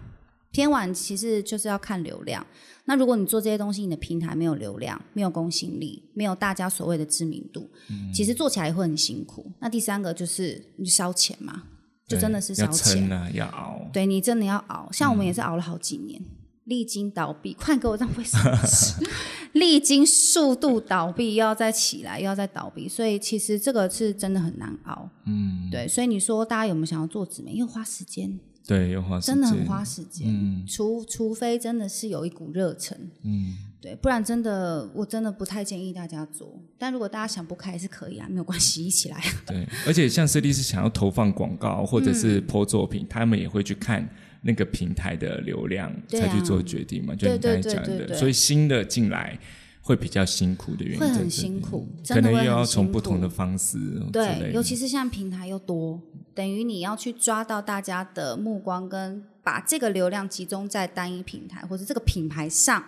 偏晚其实就是要看流量。那如果你做这些东西，你的平台没有流量，没有公信力，没有大家所谓的知名度，
嗯
其实做起来也会很辛苦。那第三个就是你烧钱嘛，就真的是
对
烧
要
钱
撑。啊，要熬。
对你真的要熬，像我们也
嗯
是熬了好几年，历经倒闭，快给我让卫生纸， 历经数度倒闭，又要再起来，又要再倒闭，所以其实这个是真的很难熬。嗯，对，所以你说大家有没有想要做纸媒？又花时间，
对，又花时间，嗯
真的很花时间。除除非真的是有一股热忱，嗯，对，不然真的我真的不太建议大家做。但如果大家想不开是可以啊，没有关系，一起来。
对，而且像设计师想要投放广告或者
嗯
是播作品，他们也会去看那个平台的流量、
对
才
啊
去做决定嘛，就
对
你刚才
对对
讲
对
的，
对
所以新的进来会比较辛苦的原因
会
在
很
这
辛
边
苦真
可
的
能
会
又
很
要从
辛
不同
苦
的方式哦之类的，
对，尤其是现在平台又多，等于你要去抓到大家的目光，跟把这个流量集中在单一平台或者这个品牌上，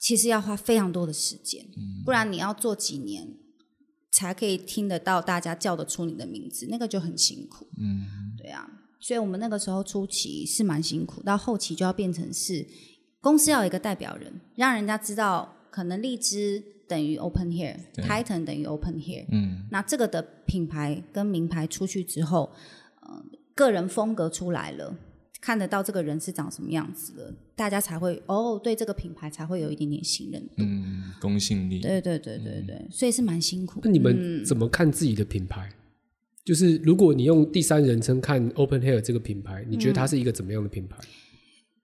其实要花非常多的时间，
嗯
不然你要做几年才可以听得到大家叫得出你的名字，那个就很辛苦。嗯，对啊，所以我们那个时候初期是蛮辛苦，到后期就要变成是公司要有一个代表人，让人家知道可能荔枝等于 Open Here，Titan 等于 Open Here。嗯，那这个的品牌跟名牌出去之后，呃，个人风格出来了，看得到这个人是长什么样子了，大家才会哦对这个品牌才会有一点点信任度。
嗯，公信力。
对对对对对，所以是蛮辛苦。
嗯那你们怎么看自己的品牌？就是如果你用第三人称看 Open Hair 这个品牌，你觉得它是一个怎么样的品牌？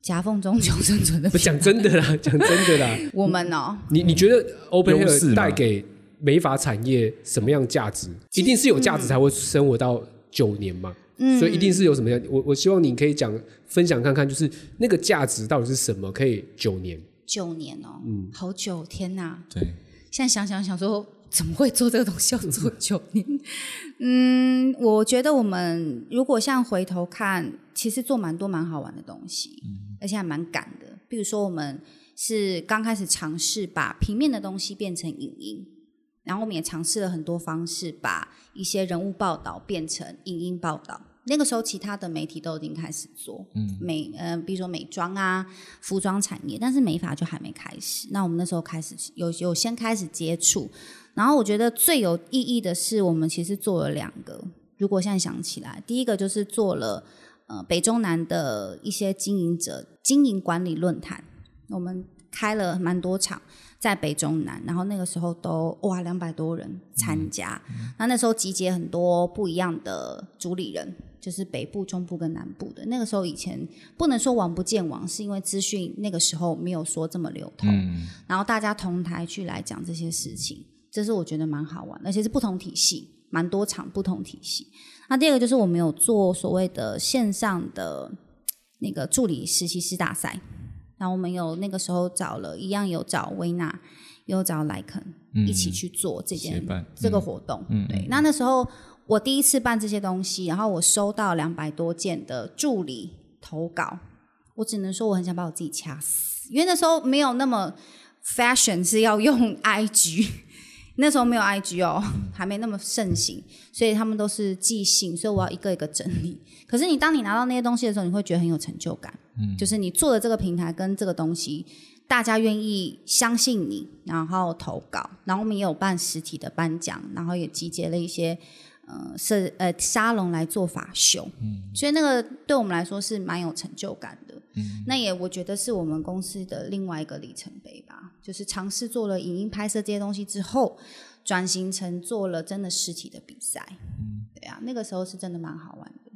夹缝中求生存的
不讲真的啦，讲真的啦，
我们哦，
你你觉得 Open
嗯优势
Hair
吗
带给美发产业什么样价值？一定是有价值才会生活到九年嘛，所以一定是有什么样？我我希望你可以讲分享看看，就是那个价值到底是什么，可以九年。
九年哦，
嗯
好久，天哪！
对，
现在想想想说，怎么会做这个东西要做九年？ 嗯，我觉得我们如果像回头看，其实做蛮多蛮好玩的东西，而且还蛮赶的。比如说，我们是刚开始尝试把平面的东西变成影音，然后我们也尝试了很多方式，把一些人物报道变成影音报道。那个时候，其他的媒体都已经开始做，嗯，美呃，比如说美妆啊、服装产业，但是美发就还没开始。那我们那时候开始有有先开始接触，然后我觉得最有意义的是，我们其实做了两个。如果现在想起来，第一个就是做了呃北中南的一些经营者经营管理论坛，我们开了蛮多场在北中南，然后那个时候都哇两百多人参加，那那时候集结很多不一样的主理人。就是北部、中部跟南部的那个时候，以前不能说王不见王，是因为资讯那个时候没有说这么流通。
嗯，
然后大家同台去来讲这些事情，这是我觉得蛮好玩的，而且是不同体系，蛮多场不同体系。那第二个就是我们有做所谓的线上的那个助理实习师大赛，然后我们有那个时候找了一样有找薇娜，也有找莱肯、一起去做这
嗯协
件
办嗯
这个活动。对，那那时候我第一次办这些东西，然后我收到两百多件的助理投稿，我只能说我很想把我自己掐死，因为那时候没有那么 fashion 是要用 IG。那时候没有 IG 哦， 还没那么盛行，所以他们都是寄信，所以我要一个一个整理。可是你当你拿到那些东西的时候，你会觉得很有成就感，嗯，就是你做的这个平台跟这个东西，大家愿意相信你，然后投稿，然后我们也有办实体的颁奖，然后也集结了一些呃设呃沙龙来做法秀，嗯，所以那个对我们来说是蛮有成就感的，嗯，那也我觉得是我们公司的另外一个里程碑吧，就是尝试做了影音拍摄这些东西之后，转型成做了真的实体的比赛，嗯，对啊，那个时候是真的蛮好玩的，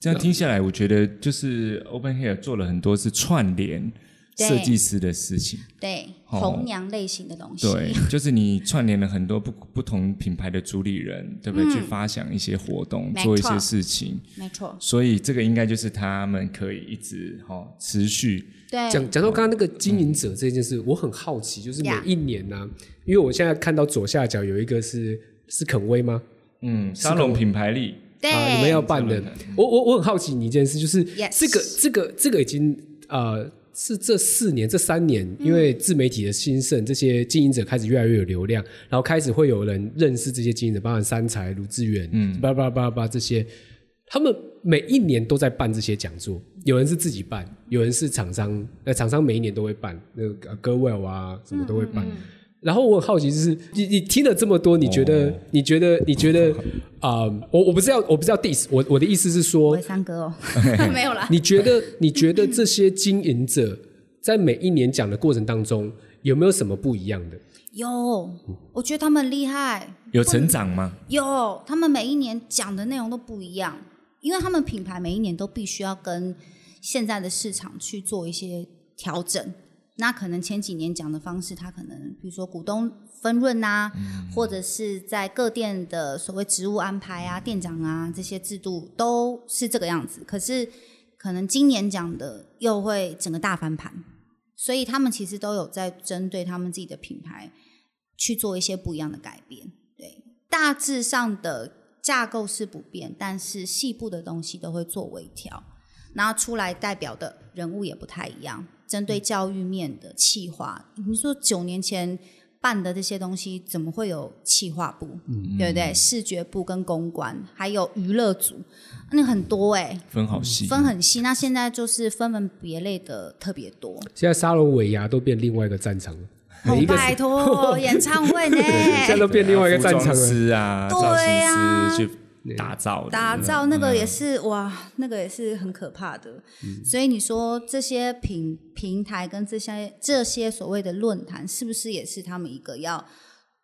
这样听下来，我觉得就是 Open Hair 做了很多是串联
对
设计师的事情。
对，
哦
红娘类型的东西，
对，就是你串联了很多不不同品牌的主理人，对不对？去发想一些活动，
嗯没
做一
错
些事情，
没错，
所以这个应该就是他们可以一直哈、哦、持续
对，
讲讲到刚刚那个经营者这件事，我很好奇，就是每
Yeah
一年呢、因为我现在看到左下角有一个是是肯威吗？
嗯沙龙品牌力，
对，
啊，你们要办的。我我我很好奇你一件事，就是
Yes
这个这个这个已经呃是这四年这三年，因为自媒体的兴盛，这些经营者开始越来越有流量，然后开始会有人认识这些经营者，包含三才、卢志远，嗯，叭叭叭叭这些，他们每一年都在办这些讲座，有人是自己办，有人是厂商，呃，厂商每一年都会办，那个呃 g o w e l 啊什么都会
嗯
办。然后我很好奇，就是你你听了这么多，你觉得、
哦
你觉得你觉得啊、我我不是要我不是要 diss，我我的意思是说
我，三哥哦， 没有啦，
你觉得你觉得这些经营者在每一年讲的过程当中，有没有什么不一样的？
有，我觉得他们很厉害，
有成长吗？
有，他们每一年讲的内容都不一样，因为他们品牌每一年都必须要跟现在的市场去做一些调整。那可能前几年讲的方式，它可能比如说股东分润呐、或者是在各店的所谓职务安排啊、店长啊这些制度都是这个样子。可是可能今年讲的又会整个大翻盘，所以他们其实都有在针对他们自己的品牌去做一些不一样的改变。对，大致上的架构是不变，但是细部的东西都会做微调，然后出来代表的人物也不太一样。针对教育面的企划，你说九年前办的这些东西怎么会有企划部，
嗯
对不对？视觉部跟公关，还有娱乐组，那很多哎、
分好细，
分很细。那现在就是分门别类的特别多。
现在沙龙尾牙都变另外一个战场了，
哦
每一，个
拜 托，演唱会呢？
现在都变另外一个战场
啊服
了。
装师啊，
对
造型师
啊
去打造的
打造那个也是、哇，那个也是很可怕的。所以你说这些平平台跟这些这些所谓的论坛，是不是也是他们一个要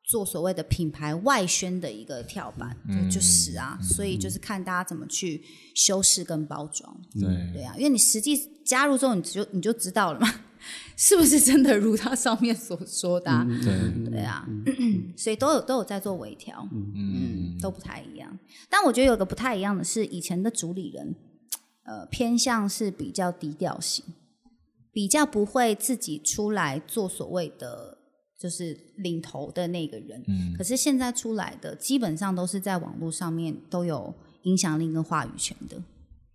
做所谓的品牌外宣的一个跳板？对，就是啊，所以就是看大家怎么去修饰跟包装。
对
对啊，因为你实际加入之后，你就你就知道了嘛， 是不是真的如他上面所说的、啊？
嗯对，
对啊， 所以都有都有在做微调，嗯，都不太一样。但我觉得有个不太一样的是，以前的主理人，呃，偏向是比较低调型，比较不会自己出来做所谓的就是领头的那个人。
嗯
可是现在出来的基本上都是在网络上面都有影响力跟话语权的。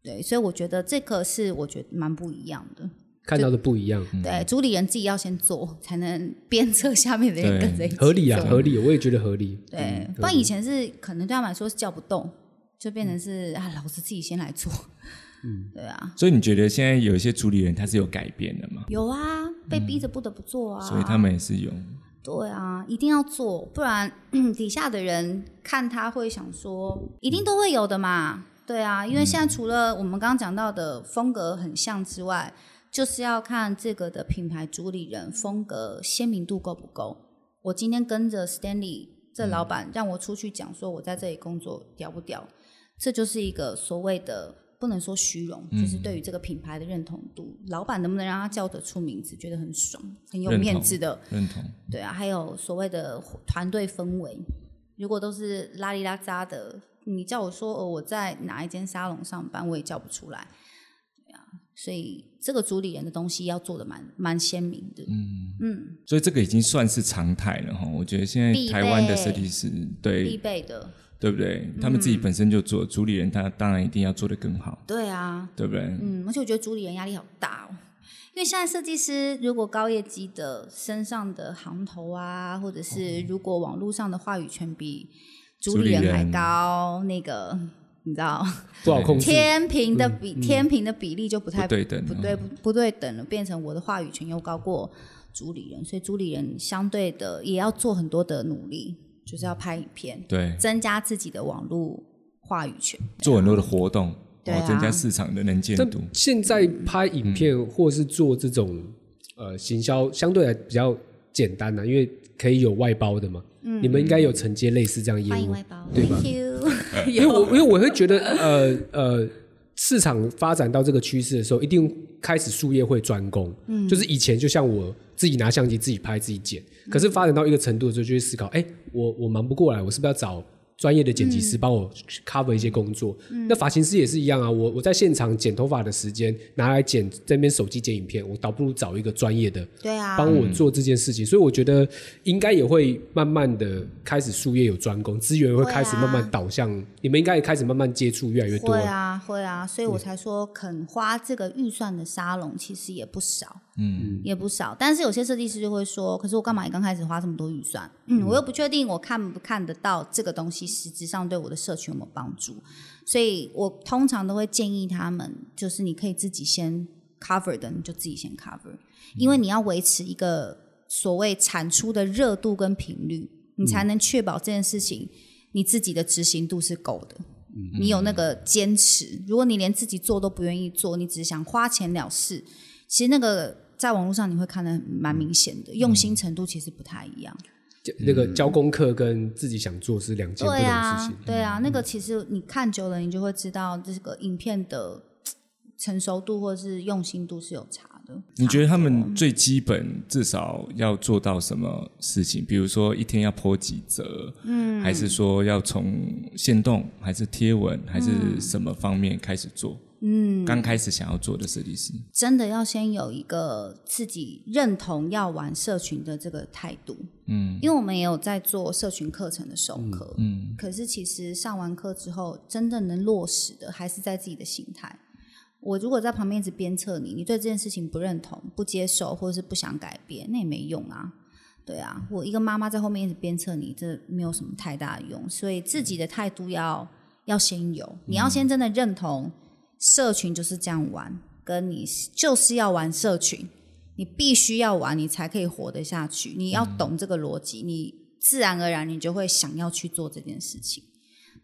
对，所以我觉得这个是我觉得蛮不一样的。
看到的不一样，
对，主理人自己要先做，才能鞭策下面的人跟着一起
合理啊，
做
合理，我也觉得合理。
对，不然以前是可能对他们来说是叫不动，就变成是啊，老子自己先来做。嗯，对啊，
所以你觉得现在有一些主理人他是有改变的吗？
有啊，被逼着不得不做啊。
所以他们也是有，
对啊，一定要做，不然、 嗯底下的人看他会想说，一定都会有的嘛。对啊，因为
嗯
现在除了我们刚刚讲到的风格很像之外，就是要看这个的品牌主理人风格鲜明度够不够。我今天跟着 Stanley 这
嗯
老板让我出去讲说我在这里工作屌不屌，这就是一个所谓的不能说虚荣，就是
嗯
对于这个品牌的认同度。老板能不能让他叫得出名字，觉得很爽，很有
认
面
同
子的。
认同，
对啊，还有所谓的团队氛围，如果都是拉里拉扎的，你叫我说哦我在哪一间沙龙上班，我也叫不出来。对啊，所以这个主理人的东西要做的蛮蛮鲜明的。
嗯
嗯
所以这个已经算是常态了哈。我觉得现
必
在
备
台湾的设计师，
必
对
备的。
对不对？他们自
嗯
己本身就做主理人，他当然一定要做得更好，
对啊，
对不对？
嗯，而且我觉得主理人压力好大哦，因为现在设计师如果高业绩的身上的行头啊，或者是如果网络上的话语权比主
哦主理
理人还
人
高，那个你知道。
不好控制。
天平
嗯
的比、天平的比例就不太
不对等
不对不不对等了，变成我的话语权又高过主理人，所以主理人相对的也要做很多的努力，就是要拍影片，
对，
增加自己的网络话语权。
做很多的活动，
对啊
哦增加市场的能见
但
度。
现在拍影片或是做这种呃行销，相对来比较简单啊，因为可以有外包的嘛。你们应该有承接类似这样业
欢迎
务
外，包
对吧
，Thank you。
因为我因为我会觉得呃呃，市场发展到这个趋势的时候，一定开始术业会专攻。嗯，就是以前就像我自己拿相机自己拍自己剪，可是发展到一个程度的时候，就会思考，哎，我我忙不过来，我是不是要找专业的剪辑师帮我 cover 一些工作？那发型师也是一样啊，我我在现场剪头发的时间拿来剪这边手机剪影片，我倒不如找一个专业的
对啊，
帮我做这件事情，所以我觉得应该也会慢慢的开始术业有专攻，资源会开始慢慢导向，你们应该也开始慢慢接触越来越多。
会啊，会啊，所以我才说肯花这个预算的沙龙其实也不少，嗯，也不少。但是有些设计师就会说，可是我干嘛刚开始花这么多预算？嗯，我又不确定我看不看得到这个东西实质上对我的社群有没有帮助，所以我通常都会建议他们，就是你可以自己先 cover 的，你就自己先 cover，因
嗯
为你要维持一个所谓产出的热度跟频率，你
嗯
才能确保这件事情你自己的执行度是够的。你有那
嗯
个坚持。如果你连自己做都不愿意做，你只想花钱了事，其实那个在网络上你会看得
嗯
蛮明显的，用心程度其实不太一样。
就那个教功课跟自己想做是两件不同
对
的事
啊
情。，嗯
对啊，那个其实你看久了，你就会知道这个影片的嘖成熟度或是用心度是有差的。
你觉得他们最基本至少要做到什么事情？比如说一天要剖几折，嗯，还是说要从线动，还是贴文，
嗯
还是什么方面开始做？嗯，刚开始想要做的设计师，
真的要先有一个自己认同要玩社群的这个态度。嗯，因为我们也有在做社群课程的授课，嗯，可是其实上完课之后，真的能落实的还是在自己的心态。我如果在旁边一直鞭策你，你对这件事情不认同、不接受，或者是不想改变，那也没用啊。对啊，我一个妈妈在后面一直鞭策你，这没有什么太大的用，所以自己的态度要要先有，你要先真的认同社群就是这样玩，跟你就是要玩社群，你必须要玩，你才可以活得下去。你要懂这个逻辑，你自然而然你就会想要去做这件事情。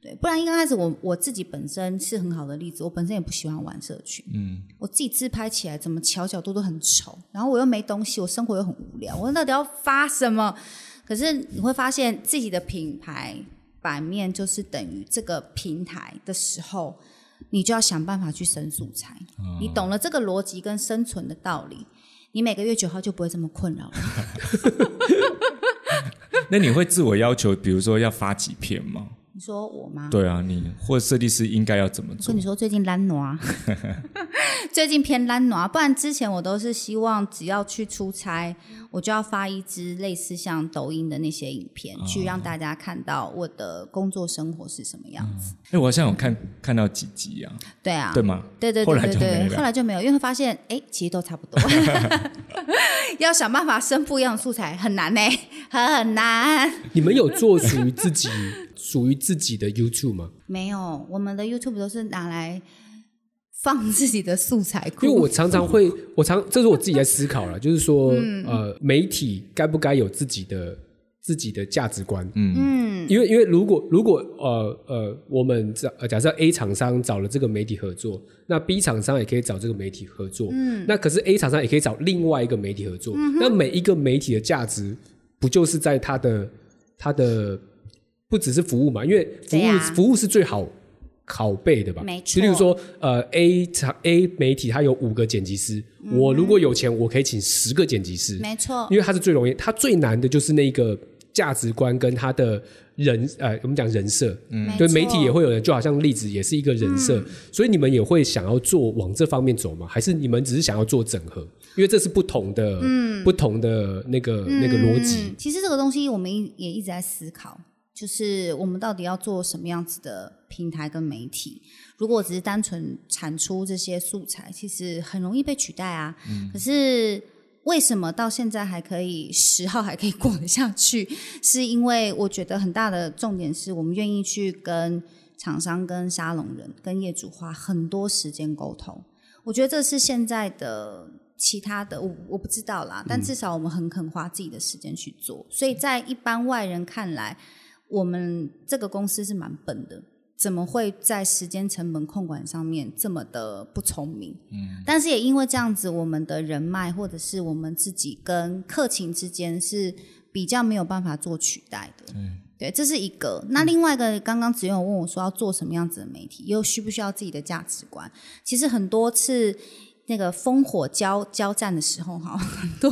对，不然一刚开始我我自己本身是很好的例子，我本身也不喜欢玩社群，嗯，我自己自拍起来怎么调角度都很丑，然后我又没东西，我生活又很无聊，我到底要发什么？可是你会发现自己的品牌版面就是等于这个平台的时候，你就要想办法去生素材。你懂了这个逻辑跟生存的道理，你每个月九号就不会这么困扰了。
那你会自我要求，比如说要发几篇吗？
你说我吗？
对啊，你或者设计师应该要怎么
我
做
跟嗯你？说，最近懒挪，最近偏懒挪，不然之前我都是希望只要去出差，我就要发一支类似像抖音的那些影片，去让大家看到我的工作生活是什么样子。
哎，我好像有看看到几集啊，
对啊，
对吗？
对对
后
对
来
对
就没
对，
了
后来就没有，因为会发现，哎，其实都差不 多，要想办法生不一样的素材很难呢、很很难。
你们有做属于自己属于自己的 YouTube 吗？
没有，我们的 YouTube 都是拿来放自己的素材库，
因为我常常会，我常这是我自己在思考了，就是说，
嗯
呃，媒体该不该有自己的自己的价值观？嗯，因为因为如果如果呃呃，我们假呃假设 A 厂商找了这个媒体合作，那 B 厂商也可以找这个媒体合作，嗯，那可是 A 厂商也可以找另外一个媒体合作，
嗯
那每一个媒体的价值不就是在它的它的不只是服务嘛？因为服
对
务、
啊
服务是最好拷贝的吧？
没
就例如
错
说。说呃 A 厂 A 媒体它有五个剪辑师，我如果有钱，我可以请十个剪辑师，
嗯没错，
因为它是最容易，它最难的就是那个价值观跟它的人呃，我们讲人设，
没
嗯对
错嗯
媒体也会有人，就好像例子也是一个人设，所以你们也会想要做往这方面走吗？还是你们只是想要做整合？因为这是不同的，不同的那个、那个逻辑
嗯。其实这个东西我们一也一直在思考，就是我们到底要做什么样子的平台跟媒体。如果我只是单纯产出这些素材，其实很容易被取代啊。
嗯
可是为什么到现在还可以十号还可以过得下去？ 是因为我觉得很大的重点是我们愿意去跟厂商、跟沙龙人、跟业主花很多时间沟通。我觉得这是现在的其他的，我我不知道啦，但至少我们很肯花自己的时间去做，所以在一般外人看来，我们这个公司是蛮笨的。怎么会在时间成本控管上面这么的不聪明？嗯，但是也因为这样子，我们的人脉或者是我们自己跟客情之间是比较没有办法做取代的。对，这是一个。那另外一个，刚刚只有问我说要做什么样子的媒体，又需不需要自己的价值观？其实很多次那个烽火交交战的时候，哈， 很多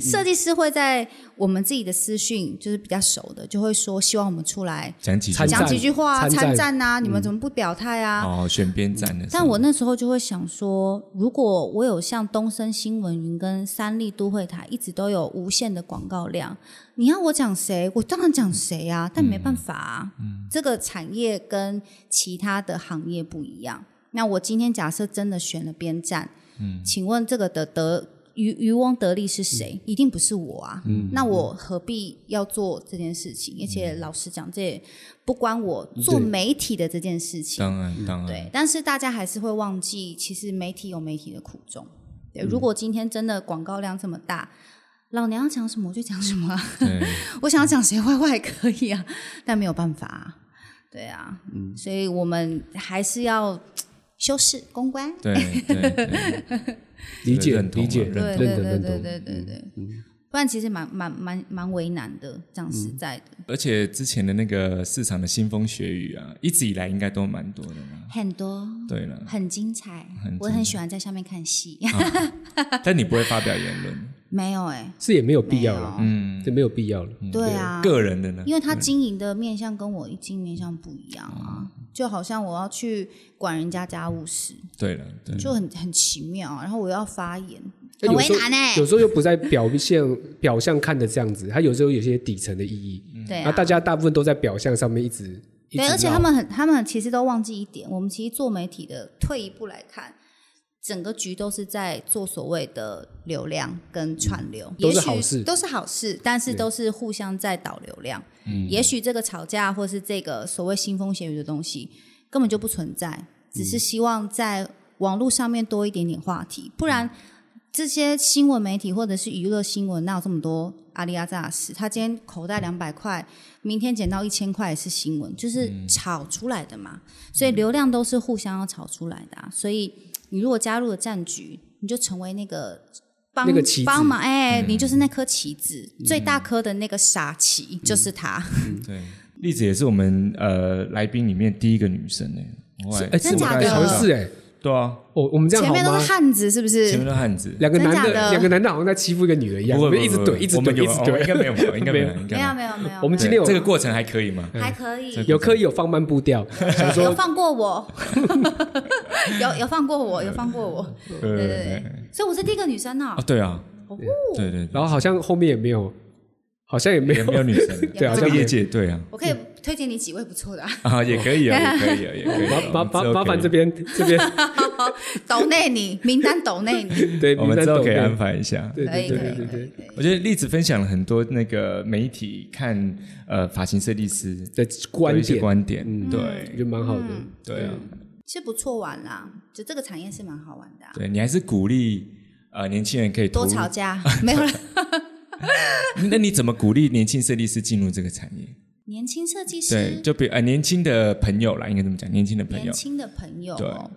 设计师会在我们自己的私讯，就是比较熟的，就会说希望我们出来
讲几句
参
讲
战
几句话啊，
参战
参战啊，你们怎么不表态啊？
哦，选边站的时候。
但我那时候就会想说，如果我有像东森新闻云跟三立都会台一直都有无限的广告量，你要我讲谁，我当然讲谁啊，但没
嗯
办法啊，这个产业跟其他的行业不一样。那我今天假设真的选了边站，
嗯
请问这个的得渔渔翁得利是谁？一定不是我啊！
嗯
那我何必要做这件事情？而且老实讲，这也不关我做
对
媒体的这件事情。
当
嗯
然当然，
对，但是大家还是会忘记，其实媒体有媒体的苦衷。
嗯
对，如果今天真的广告量这么大，老娘要讲什么我就讲什么、啊，
对，
我想要讲谁坏坏也可以啊，但没有办法、啊，对啊，
嗯
所以我们还是要嘖修饰公关。
对对 对，
理
这
解
个认同啊
理解，
认
认
对
同
对
认
对对
同。嗯
对对对，不然其实蛮蛮蛮蛮为难的，讲实在的，
嗯
而且之前的那个市场的腥风血雨啊，一直以来应该都蛮多的嘛。
很
哦
多
对了，
很精彩，我很喜欢在上面看戏，
啊
但你不会发表言论，
没有哎，
是也没有必
没
要
有，
了， 嗯，这没有必要了。
对啊，
嗯个人的呢？
因为他经营的面向跟我经营面向不一样啊，
嗯
就好像我要去管人家家务事，
对了，对，
就很很奇妙啊。然后我要发言，
那
很
有
为
时候
难哎、
有时候又不在表现表象看的这样子，它有时候有些底层的意义。
对
那、
啊，
大家大部分都在表象上面一直一直
对，而且
绕
他们很，他们其实都忘记一点，我们其实做媒体的，退一步来看，整个局都是在做所谓的流量跟串流，
都是
也许
好事
都是好事，但是都是互相在导流量。
嗯
也许这个吵架或是这个所谓腥风血雨的东西根本就不存在，只
嗯
是希望在网络上面多一点点话题，不然
嗯
这些新闻媒体或者是娱乐新闻哪有这么多阿里阿扎的事？他今天口袋两百块，明天捡到一千块也是新闻，就是
嗯
炒出来的嘛。所以流量都是互相要炒出来的、啊，所以你如果加入了战局，你就成为那个帮
那个棋子嗯
帮忙，哎、你就是那颗棋子，最大颗的那个傻棋就是他，
嗯
对，栗子也是我们呃来宾里面第一个女生呢、欸，我还
哎，
真假的
哎好像是哎，
对啊，
我我们这样
前
好
面都
吗
是？汉子，是不
前面
是？
的汉子，
两个
真
男
假
的，
的
两个男的好像在欺负一个女的一样，
不
我
会
们一直
不会
怼，一直
我们
怼，
有
一直
哦应该
怼。
没有 吧，应该没有，应该
没有没有没有，
我们嗯
对
啊今天有
这个过程还可以吗？
还可以，
有刻意有放慢步调，
有有放 过我，有有放过我，有放过我，
对
对对对，所以我是第一个女生呢
啊，，对啊，
哦
对对对，
然后好像后面也没有，好像也没
也没有
有。
女生，
对好像
这个
没有
业界对啊，
我可以推荐你几位不错的啊，
啊也可以啊，也可以啊，也可以啊，
麻麻
我
麻
们之后可以
麻烦这边 这边
抖内你名单，抖内你，
对，
我
名
们
单
之后
抖
可以
内
安排一下。
对
可
对
以
对
可
对对
以可
对
以可以，
我觉得栗子分享了很多那个媒体看呃发型设计师
对的观
一些
点，嗯
观点，
我
对
觉得蛮好的。
嗯
对啊，
其实不错玩啦，就这个产业是蛮好玩的啊，
对你还是鼓励呃年轻人可以投
多
入
吵架没有了。
那你怎么鼓励年轻设计师进入这个产业？
年轻设计
对，
师，
就比呃年轻的朋友啦，应该这么讲，年轻的朋友
年，轻的朋友哦，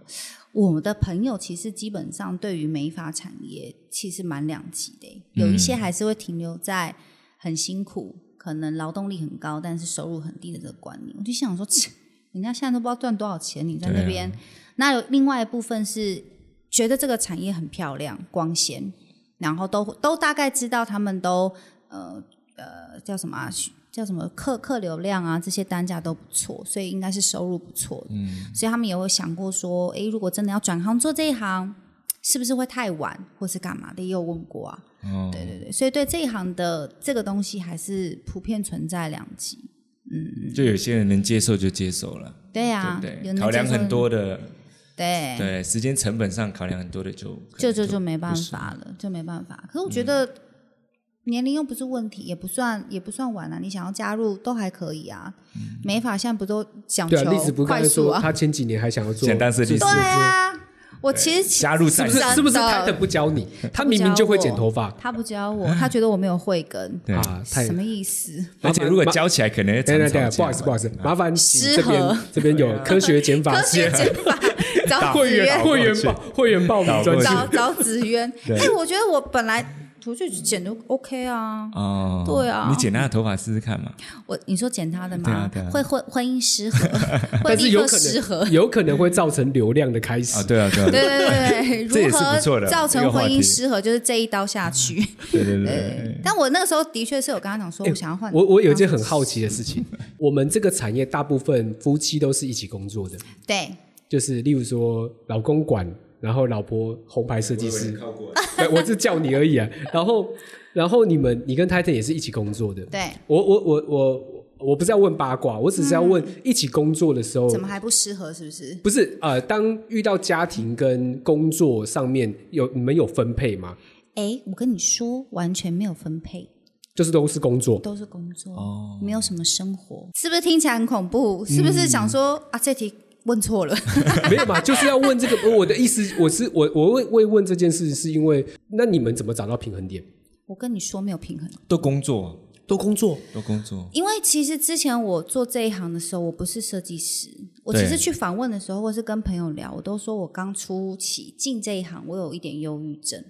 我的朋友其实基本上对于美发产业其实蛮两极的耶，
嗯
有一些还是会停留在很辛苦，可能劳动力很高，但是收入很低的这个观念。我就想说，切人家现在都不知道赚多少钱，你在
对啊
那边。那有另外一部分是觉得这个产业很漂亮、光鲜，然后都都大概知道他们都呃呃叫什么、啊、叫什么客客流量啊，这些单价都不错，所以应该是收入不错的。
嗯
所以他们也会想过说，诶，如果真的要转行做这一行，是不是会太晚，或是干嘛的？也有问过啊。
哦，
对对对，所以对这一行的这个东西还是普遍存在两极。
就有些人能接受就接受了，
对
对
呀、
不
啊有
对？
能
考量
接受的
很，多的，
对
对时间成本上考量很多的就可能
就就就没办法了，就没办法。可是我觉得年龄又不是问题，也不算也不算晚啊。你想要加入都还可以啊。
嗯
美发现在不都讲
对啊，栗子
求
不是刚
快
才
速
说
啊？
他前几年还想要做
简单设计师
就
对
是
啊，我其实
加入
是
战
不是
真的
是不是他的不教 你？他明明就会剪头发
他不教我，他觉得我没有慧根，
对
啊，太
什么意思？
而且如果教起来，可能
等
常
等等
常
等，不好意思，不好意思，麻烦请
失
这边
和
这边有
啊
科学减法
科学
师
减 法，找
会
子
员
打过
会
渊，
员
去
报会员报名专
打过去
区，
找找子 渊。哎，我觉得我本来我就剪就 OK 啊，
哦，
对啊
你剪他的头发试试看嘛，
我你说剪他的
对啊
吗
对啊？
会婚婚姻 失和，会
但是
立
有
刻
可
失 和
能。有可能会造成流量的开始
啊，。对啊，对啊，
对对对
这
对，
也
如
是不错
何
的
造
这
成
个话
婚
题
姻失和，就是这一刀下去。
对对对，
但我那个时候的确是有跟他讲说，我想要换。
哎我我有一件很好奇的事情，我们这个产业大部分夫妻都是一起工作的，
对，
就是例如说老公管，然后老婆红牌设计师，对，我是叫你而已啊。然后然后你们你跟 Titan 也是一起工作的，
对，
我我我我我不是要问八卦，我只是要问一起工作的时候。
嗯怎么还不适合？是不是？
不是呃，当遇到家庭跟工作上面有你们有分配吗？
哎，我跟你说，完全没有分配，
就是都是工作，
都是工作，
哦
没有什么生活，是不是听起来很恐
嗯
怖？是不是想说啊，这题问错了？
没有嘛？就是要问这个。我的意思，我是我我会会问这件事，是因为那你们怎么找到平衡点？
我跟你说没有平衡，
都工作，
都工作，
都工作，
因为其实之前我做这一行的时候，我不是设计师。我
对
其实去访问的时候，或是跟朋友聊，我都说我刚初期进这一行，我有一点忧郁症，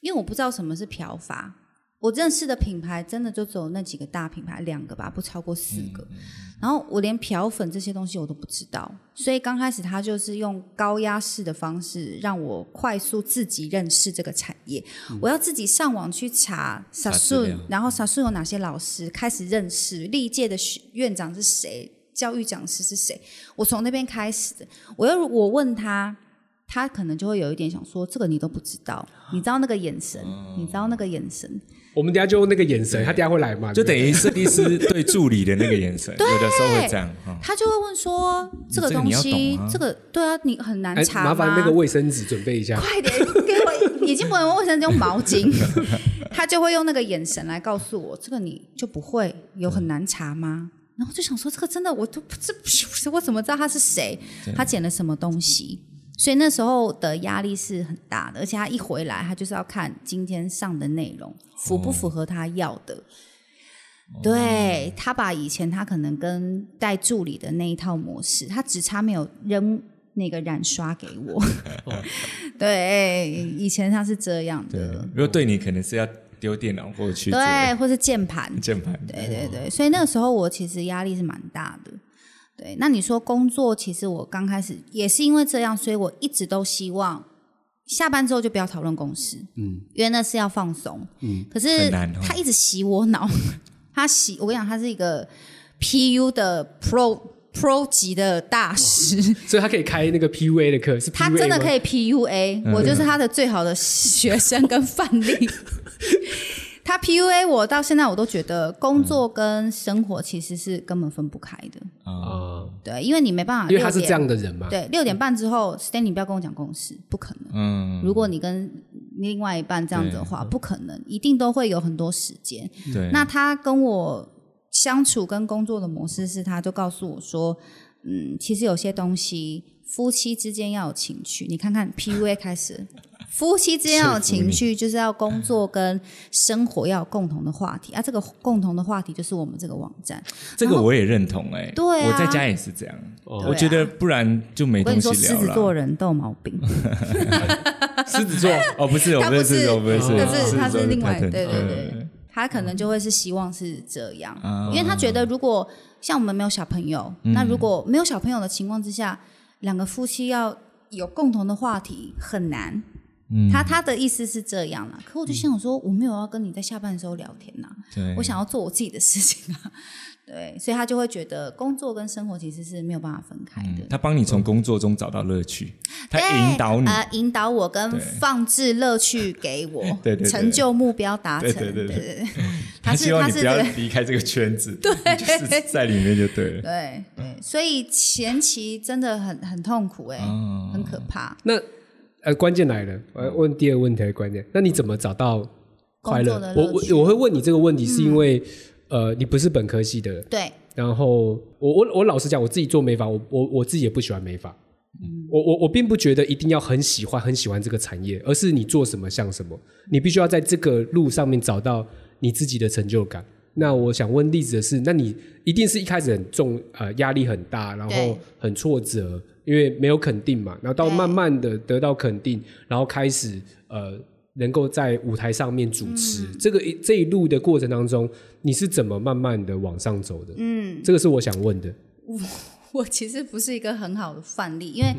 因为我不知道什么是漂发。我认识的品牌真的就只有那几个大品牌，两个吧，不超过四个。
嗯
然后我连漂粉这些东西我都不知道，所以刚开始他就是用高压式的方式让我快速自己认识这个产业。我要自己上网去查
嗯查
萨
资
顺
料，
然后萨顺有哪些老师，开始认识历届的学院长是谁，教育讲师是谁。我从那边开始的，我要我问他他可能就会有一点想说，这个你都不知道，你知道那个眼神，
哦
你知道那个眼神，
我们等一下就用那个眼神，他等一下会来嘛？
就
对
等于设计师对助理的那个眼神，有的时候会这样哈。
他就会问说，这个
这个
东
你要
西，
懂啊
这个对啊，你很
不
难
对哎，
查
麻
吗？
烦那个卫生纸准备一下。
快点给我，已经不能用卫生纸，用毛巾。他就会用那个眼神来告诉我，这个你就不会，有很难查吗？然后我就想说，这个真的我都不这我怎么知道他是谁？他捡了什么东西？所以那时候的压力是很大的，而且他一回来，他就是要看今天上的内容符
哦
不符合他要的。对他把以前他可能跟带助理的那一套模式，他只差没有扔那个染刷给 我。对，以前他是这样的，
如果对你可能是要丢电脑过去之类的，
对，或是键盘，
键盘，
对对对，所以那个时候我其实压力是蛮大的。对，那你说工作，其实我刚开始也是因为这样，所以我一直都希望下班之后就不要讨论公事，嗯，因为那是要放松，嗯。可是
很难哦
他一直洗我脑， 他洗我跟你讲，他是一个 PU 的 Pro Pro 级的大师，
所以他可以开那个 PUA 的课，是 PUA
他真的可
以。嗯
以 PUA，我就是他的最好的学生跟范 例。他 PUA 我到现在我都觉得工作跟生活其实是根本分不开的，
啊，
啊，
对，因为你没办法，
因为他是
6
这
点
样的人嘛。
对，六点半之后，Stanley 不要跟我讲公事，不可能。
嗯，
如果你跟另外一半这样子的话，不可能，一定都会有很多时间。
对，
那他跟我相处跟工作的模式是，他就告诉我说，嗯，其实有些东西夫妻之间要有情趣。你看看 PUA 开始，夫妻之间要有情趣，就是要工作跟生活要有共同的话题啊。这个共同的话题就是我们这个网站。
这个我也认同哎，
对啊啊
我在家也是这样，
哦
我觉得不然就没
我跟
东
你说，
西
狮子
聊
座
了。
人都有毛病，
狮子座，
哦，不是，我
他不
不是，
是
我不是，
可是他
狮子座
是另外，
pattern
对对
嗯
对，他可能就会是希望是这样，
啊嗯
因为他觉得如果像我们没有小朋友，那如果没有小朋友的情况之下，两个夫妻要有共同的话题很难。
嗯
他他的意思是这样啦，可我就想说，我没有要跟你在下班的时候聊天呐、
对，
我想要做我自己的事情啊，对，所以他就会觉得工作跟生活其实是没有办法分开的。
嗯他帮你从工作中找到乐趣，他
对
引导你，
呃，引导我跟
对
放置乐趣给我，
对对对
成就目标达成，
对对对对
对对他是
希望
他
你
是
不
这
要
个
离开这个圈 子，对，就是在里面就对了。
对对，所以前期真的很很痛苦哎、很可怕。
那呃，关键来了，我要问第二个问题的关键。那你怎么找到快乐
嗯工作的？乐
我
趣嗯
我我会问你这个问题，是因为、呃，你不是本科系的，
对，
然后我我我老实讲，我自己做美发，我我我自己也不喜欢美发。我我我并不觉得一定要很喜欢很喜欢这个产业，而是你做什么像什么，你必须要在这个路上面找到你自己的成就感。那我想问例子的是，那你一定是一开始很重呃压力很大，然
对
后很挫折，因为没有肯定嘛，然后到
对
慢慢的得到肯定，然后开始呃能够在舞台上面主持，
嗯
这个一这一路的过程当中，你是怎么慢慢的往上走的？
嗯，
这个是我想问的。
我其实不是一个很好的范例，因为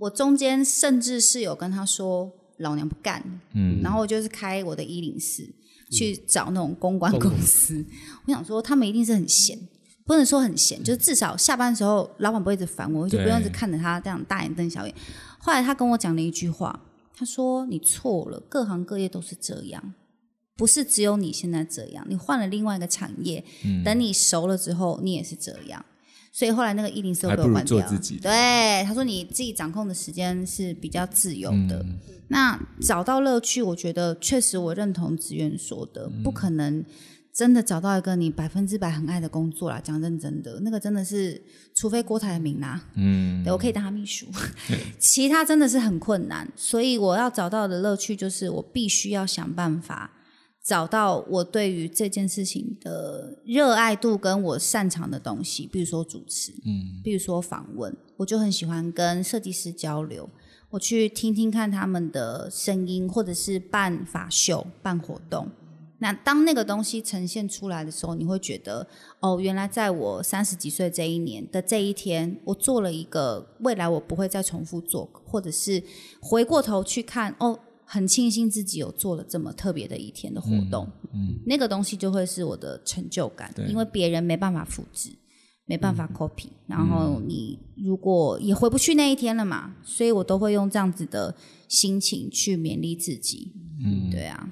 我中间甚至是有跟他说老娘不干，嗯，然后我就是开我的一零四去找那种公关公司，我想说他们一定是很闲。不能说很闲，就是至少下班的时候，老板不会一直烦我，我就不用一直
对
看着他这样大眼瞪小眼。后来他跟我讲了一句话，他说：“你错了，各行各业都是这样，不是只有你现在这样，你换了另外一个产业，
嗯
等你熟了之后，你也是这样。”所以后来那个一零四
还不
被我
如
关
做
掉。
自己的
对，他说你自己掌控的时间是比较自由的。
嗯
那找到乐趣，我觉得确实我认同职员说的，
嗯
不可能真的找到一个你百分之百很爱的工作啦。讲认真的，那个真的是，除非郭台铭啦，嗯，对我可以当他秘书， 其他真的是很困难。所以我要找到的乐趣，就是我必须要想办法。找到我对于这件事情的热爱度跟我擅长的东西，比如说主持，嗯，比如说访问，我就很喜欢跟设计师交流，我去听听看他们的声音，或者是办法秀、办活动。那当那个东西呈现出来的时候，你会觉得哦，原来在我三十几岁这一年的这一天，我做了一个未来我不会再重复做，或者是回过头去看哦，很庆幸自己有做了这么特别的一天的活嗯动，嗯，那个东西就会是我的成就感，因为别人没办法复制，嗯没办法 copy，、然后你如果也回不去那一天了嘛，所以我都会用这样子的心情去勉励自己。嗯，对啊，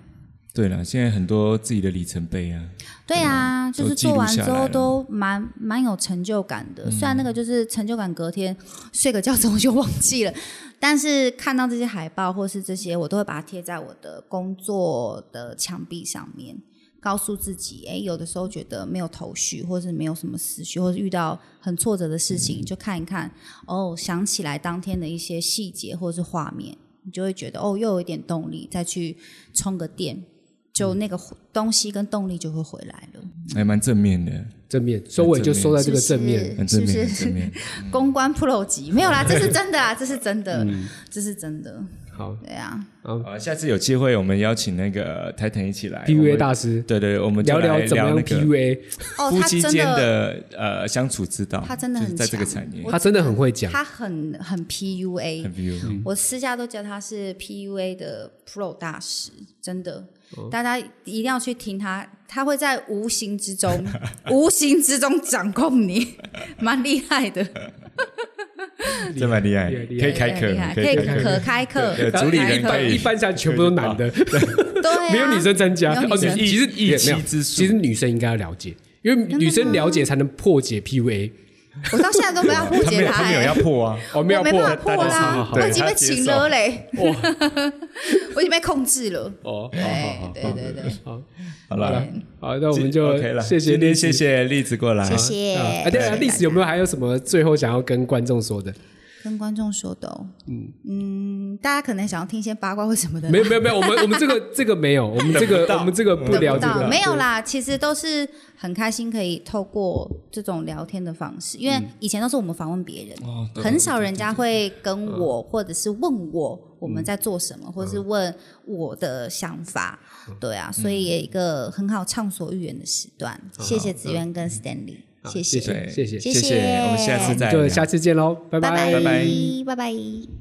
对了，现在很多自己的里程碑啊，
对啊，就
都
是
记
做
录
完
下
之
来
后
了嗯
都蛮蛮有成就感的。虽然那个就是成就感，隔天 睡个觉之后就忘记了， 但是看到这些海报或是这些，我都会把它贴在我的工作的墙壁上面，告诉自己，哎，有的时候觉得没有头绪，或是没有什么思绪，或是遇到很挫折的事
嗯
情，就看一看，哦，想起来当天的一些细节或是画面，你就会觉得哦，又有一点动力，再去充个电。就
嗯
那个东西跟动力就会回来了。
还蛮哎正面的，
正面收尾就收在这个
是
正
不
面，
是
很
是
正
不
面，很
是
正面。
公关 pro 级？没有啦，这是真的啊，这是真的，
嗯
这是真的，
好
对啊，
好，下次有机会我们邀请那个 Titan 一起来哎我
，PUA
们
大师
对对，我们就
聊
来
聊怎么
聊
样
那个
PUA，
哦，
夫
他
妻
真
间的呃相处之道，
他真的
就是
很
在这个
强
产业
我
他真的很会讲，
他很很
很
PUA，
PUA。
我私下都叫他是 PUA 的 pro 大师，真的。
哦
大家一定要去听他，他会在无形之中、 无形之中掌控你，蛮厉害的，
这蛮厉害，
厉害嗯厉害
可以开
对
课
厉害，
可
可
以
以
开课。
可开课，
对主理人
一
可
般
以
一般下全部都男的，
对啊，
没有女生参加，
没有
哦，
女
女
生
其实
一
也
妻
没有，
之术
其实女生应该要了解，因为女生了解才能破解 PUA。
我到现在都不要误
他没
解
有，他没有
欸
要破啊，
哦，
我没
破
办法破
大家
啦
好，哦
我
对
已经
他
被
接
请
受
了嘞，我已经被控制了。哎
哦，
对对对对，
好，
好了，
好，那我们就
OK 了。
谢谢
今天
栗子
谢谢栗子过来，
谢谢
啊，
哎
啊对啊，历史有没有还有什么最后想要跟观众说的？
跟观众说的哦，嗯大家可能想要听一些八卦或什么的，
没有没有没有，我们我们这个这个没有，我们这
等不
个
到
我们这个不
得
聊
不
这
到，
个，
没有啦。其实都是很开心，可以透过这种聊天的方式，因为以前都是我们访问别人，
哦对
很少人家会跟我或者是问我我们在做什么，或是问我的想法。对啊，所以也一个很好畅所欲言的时段。谢谢子渊跟 Stanley，
好
谢
谢
谢。
对，
谢谢
谢
谢谢
我们下次
对，
再
就
聊
下次见喽，
拜
拜
拜拜
拜拜。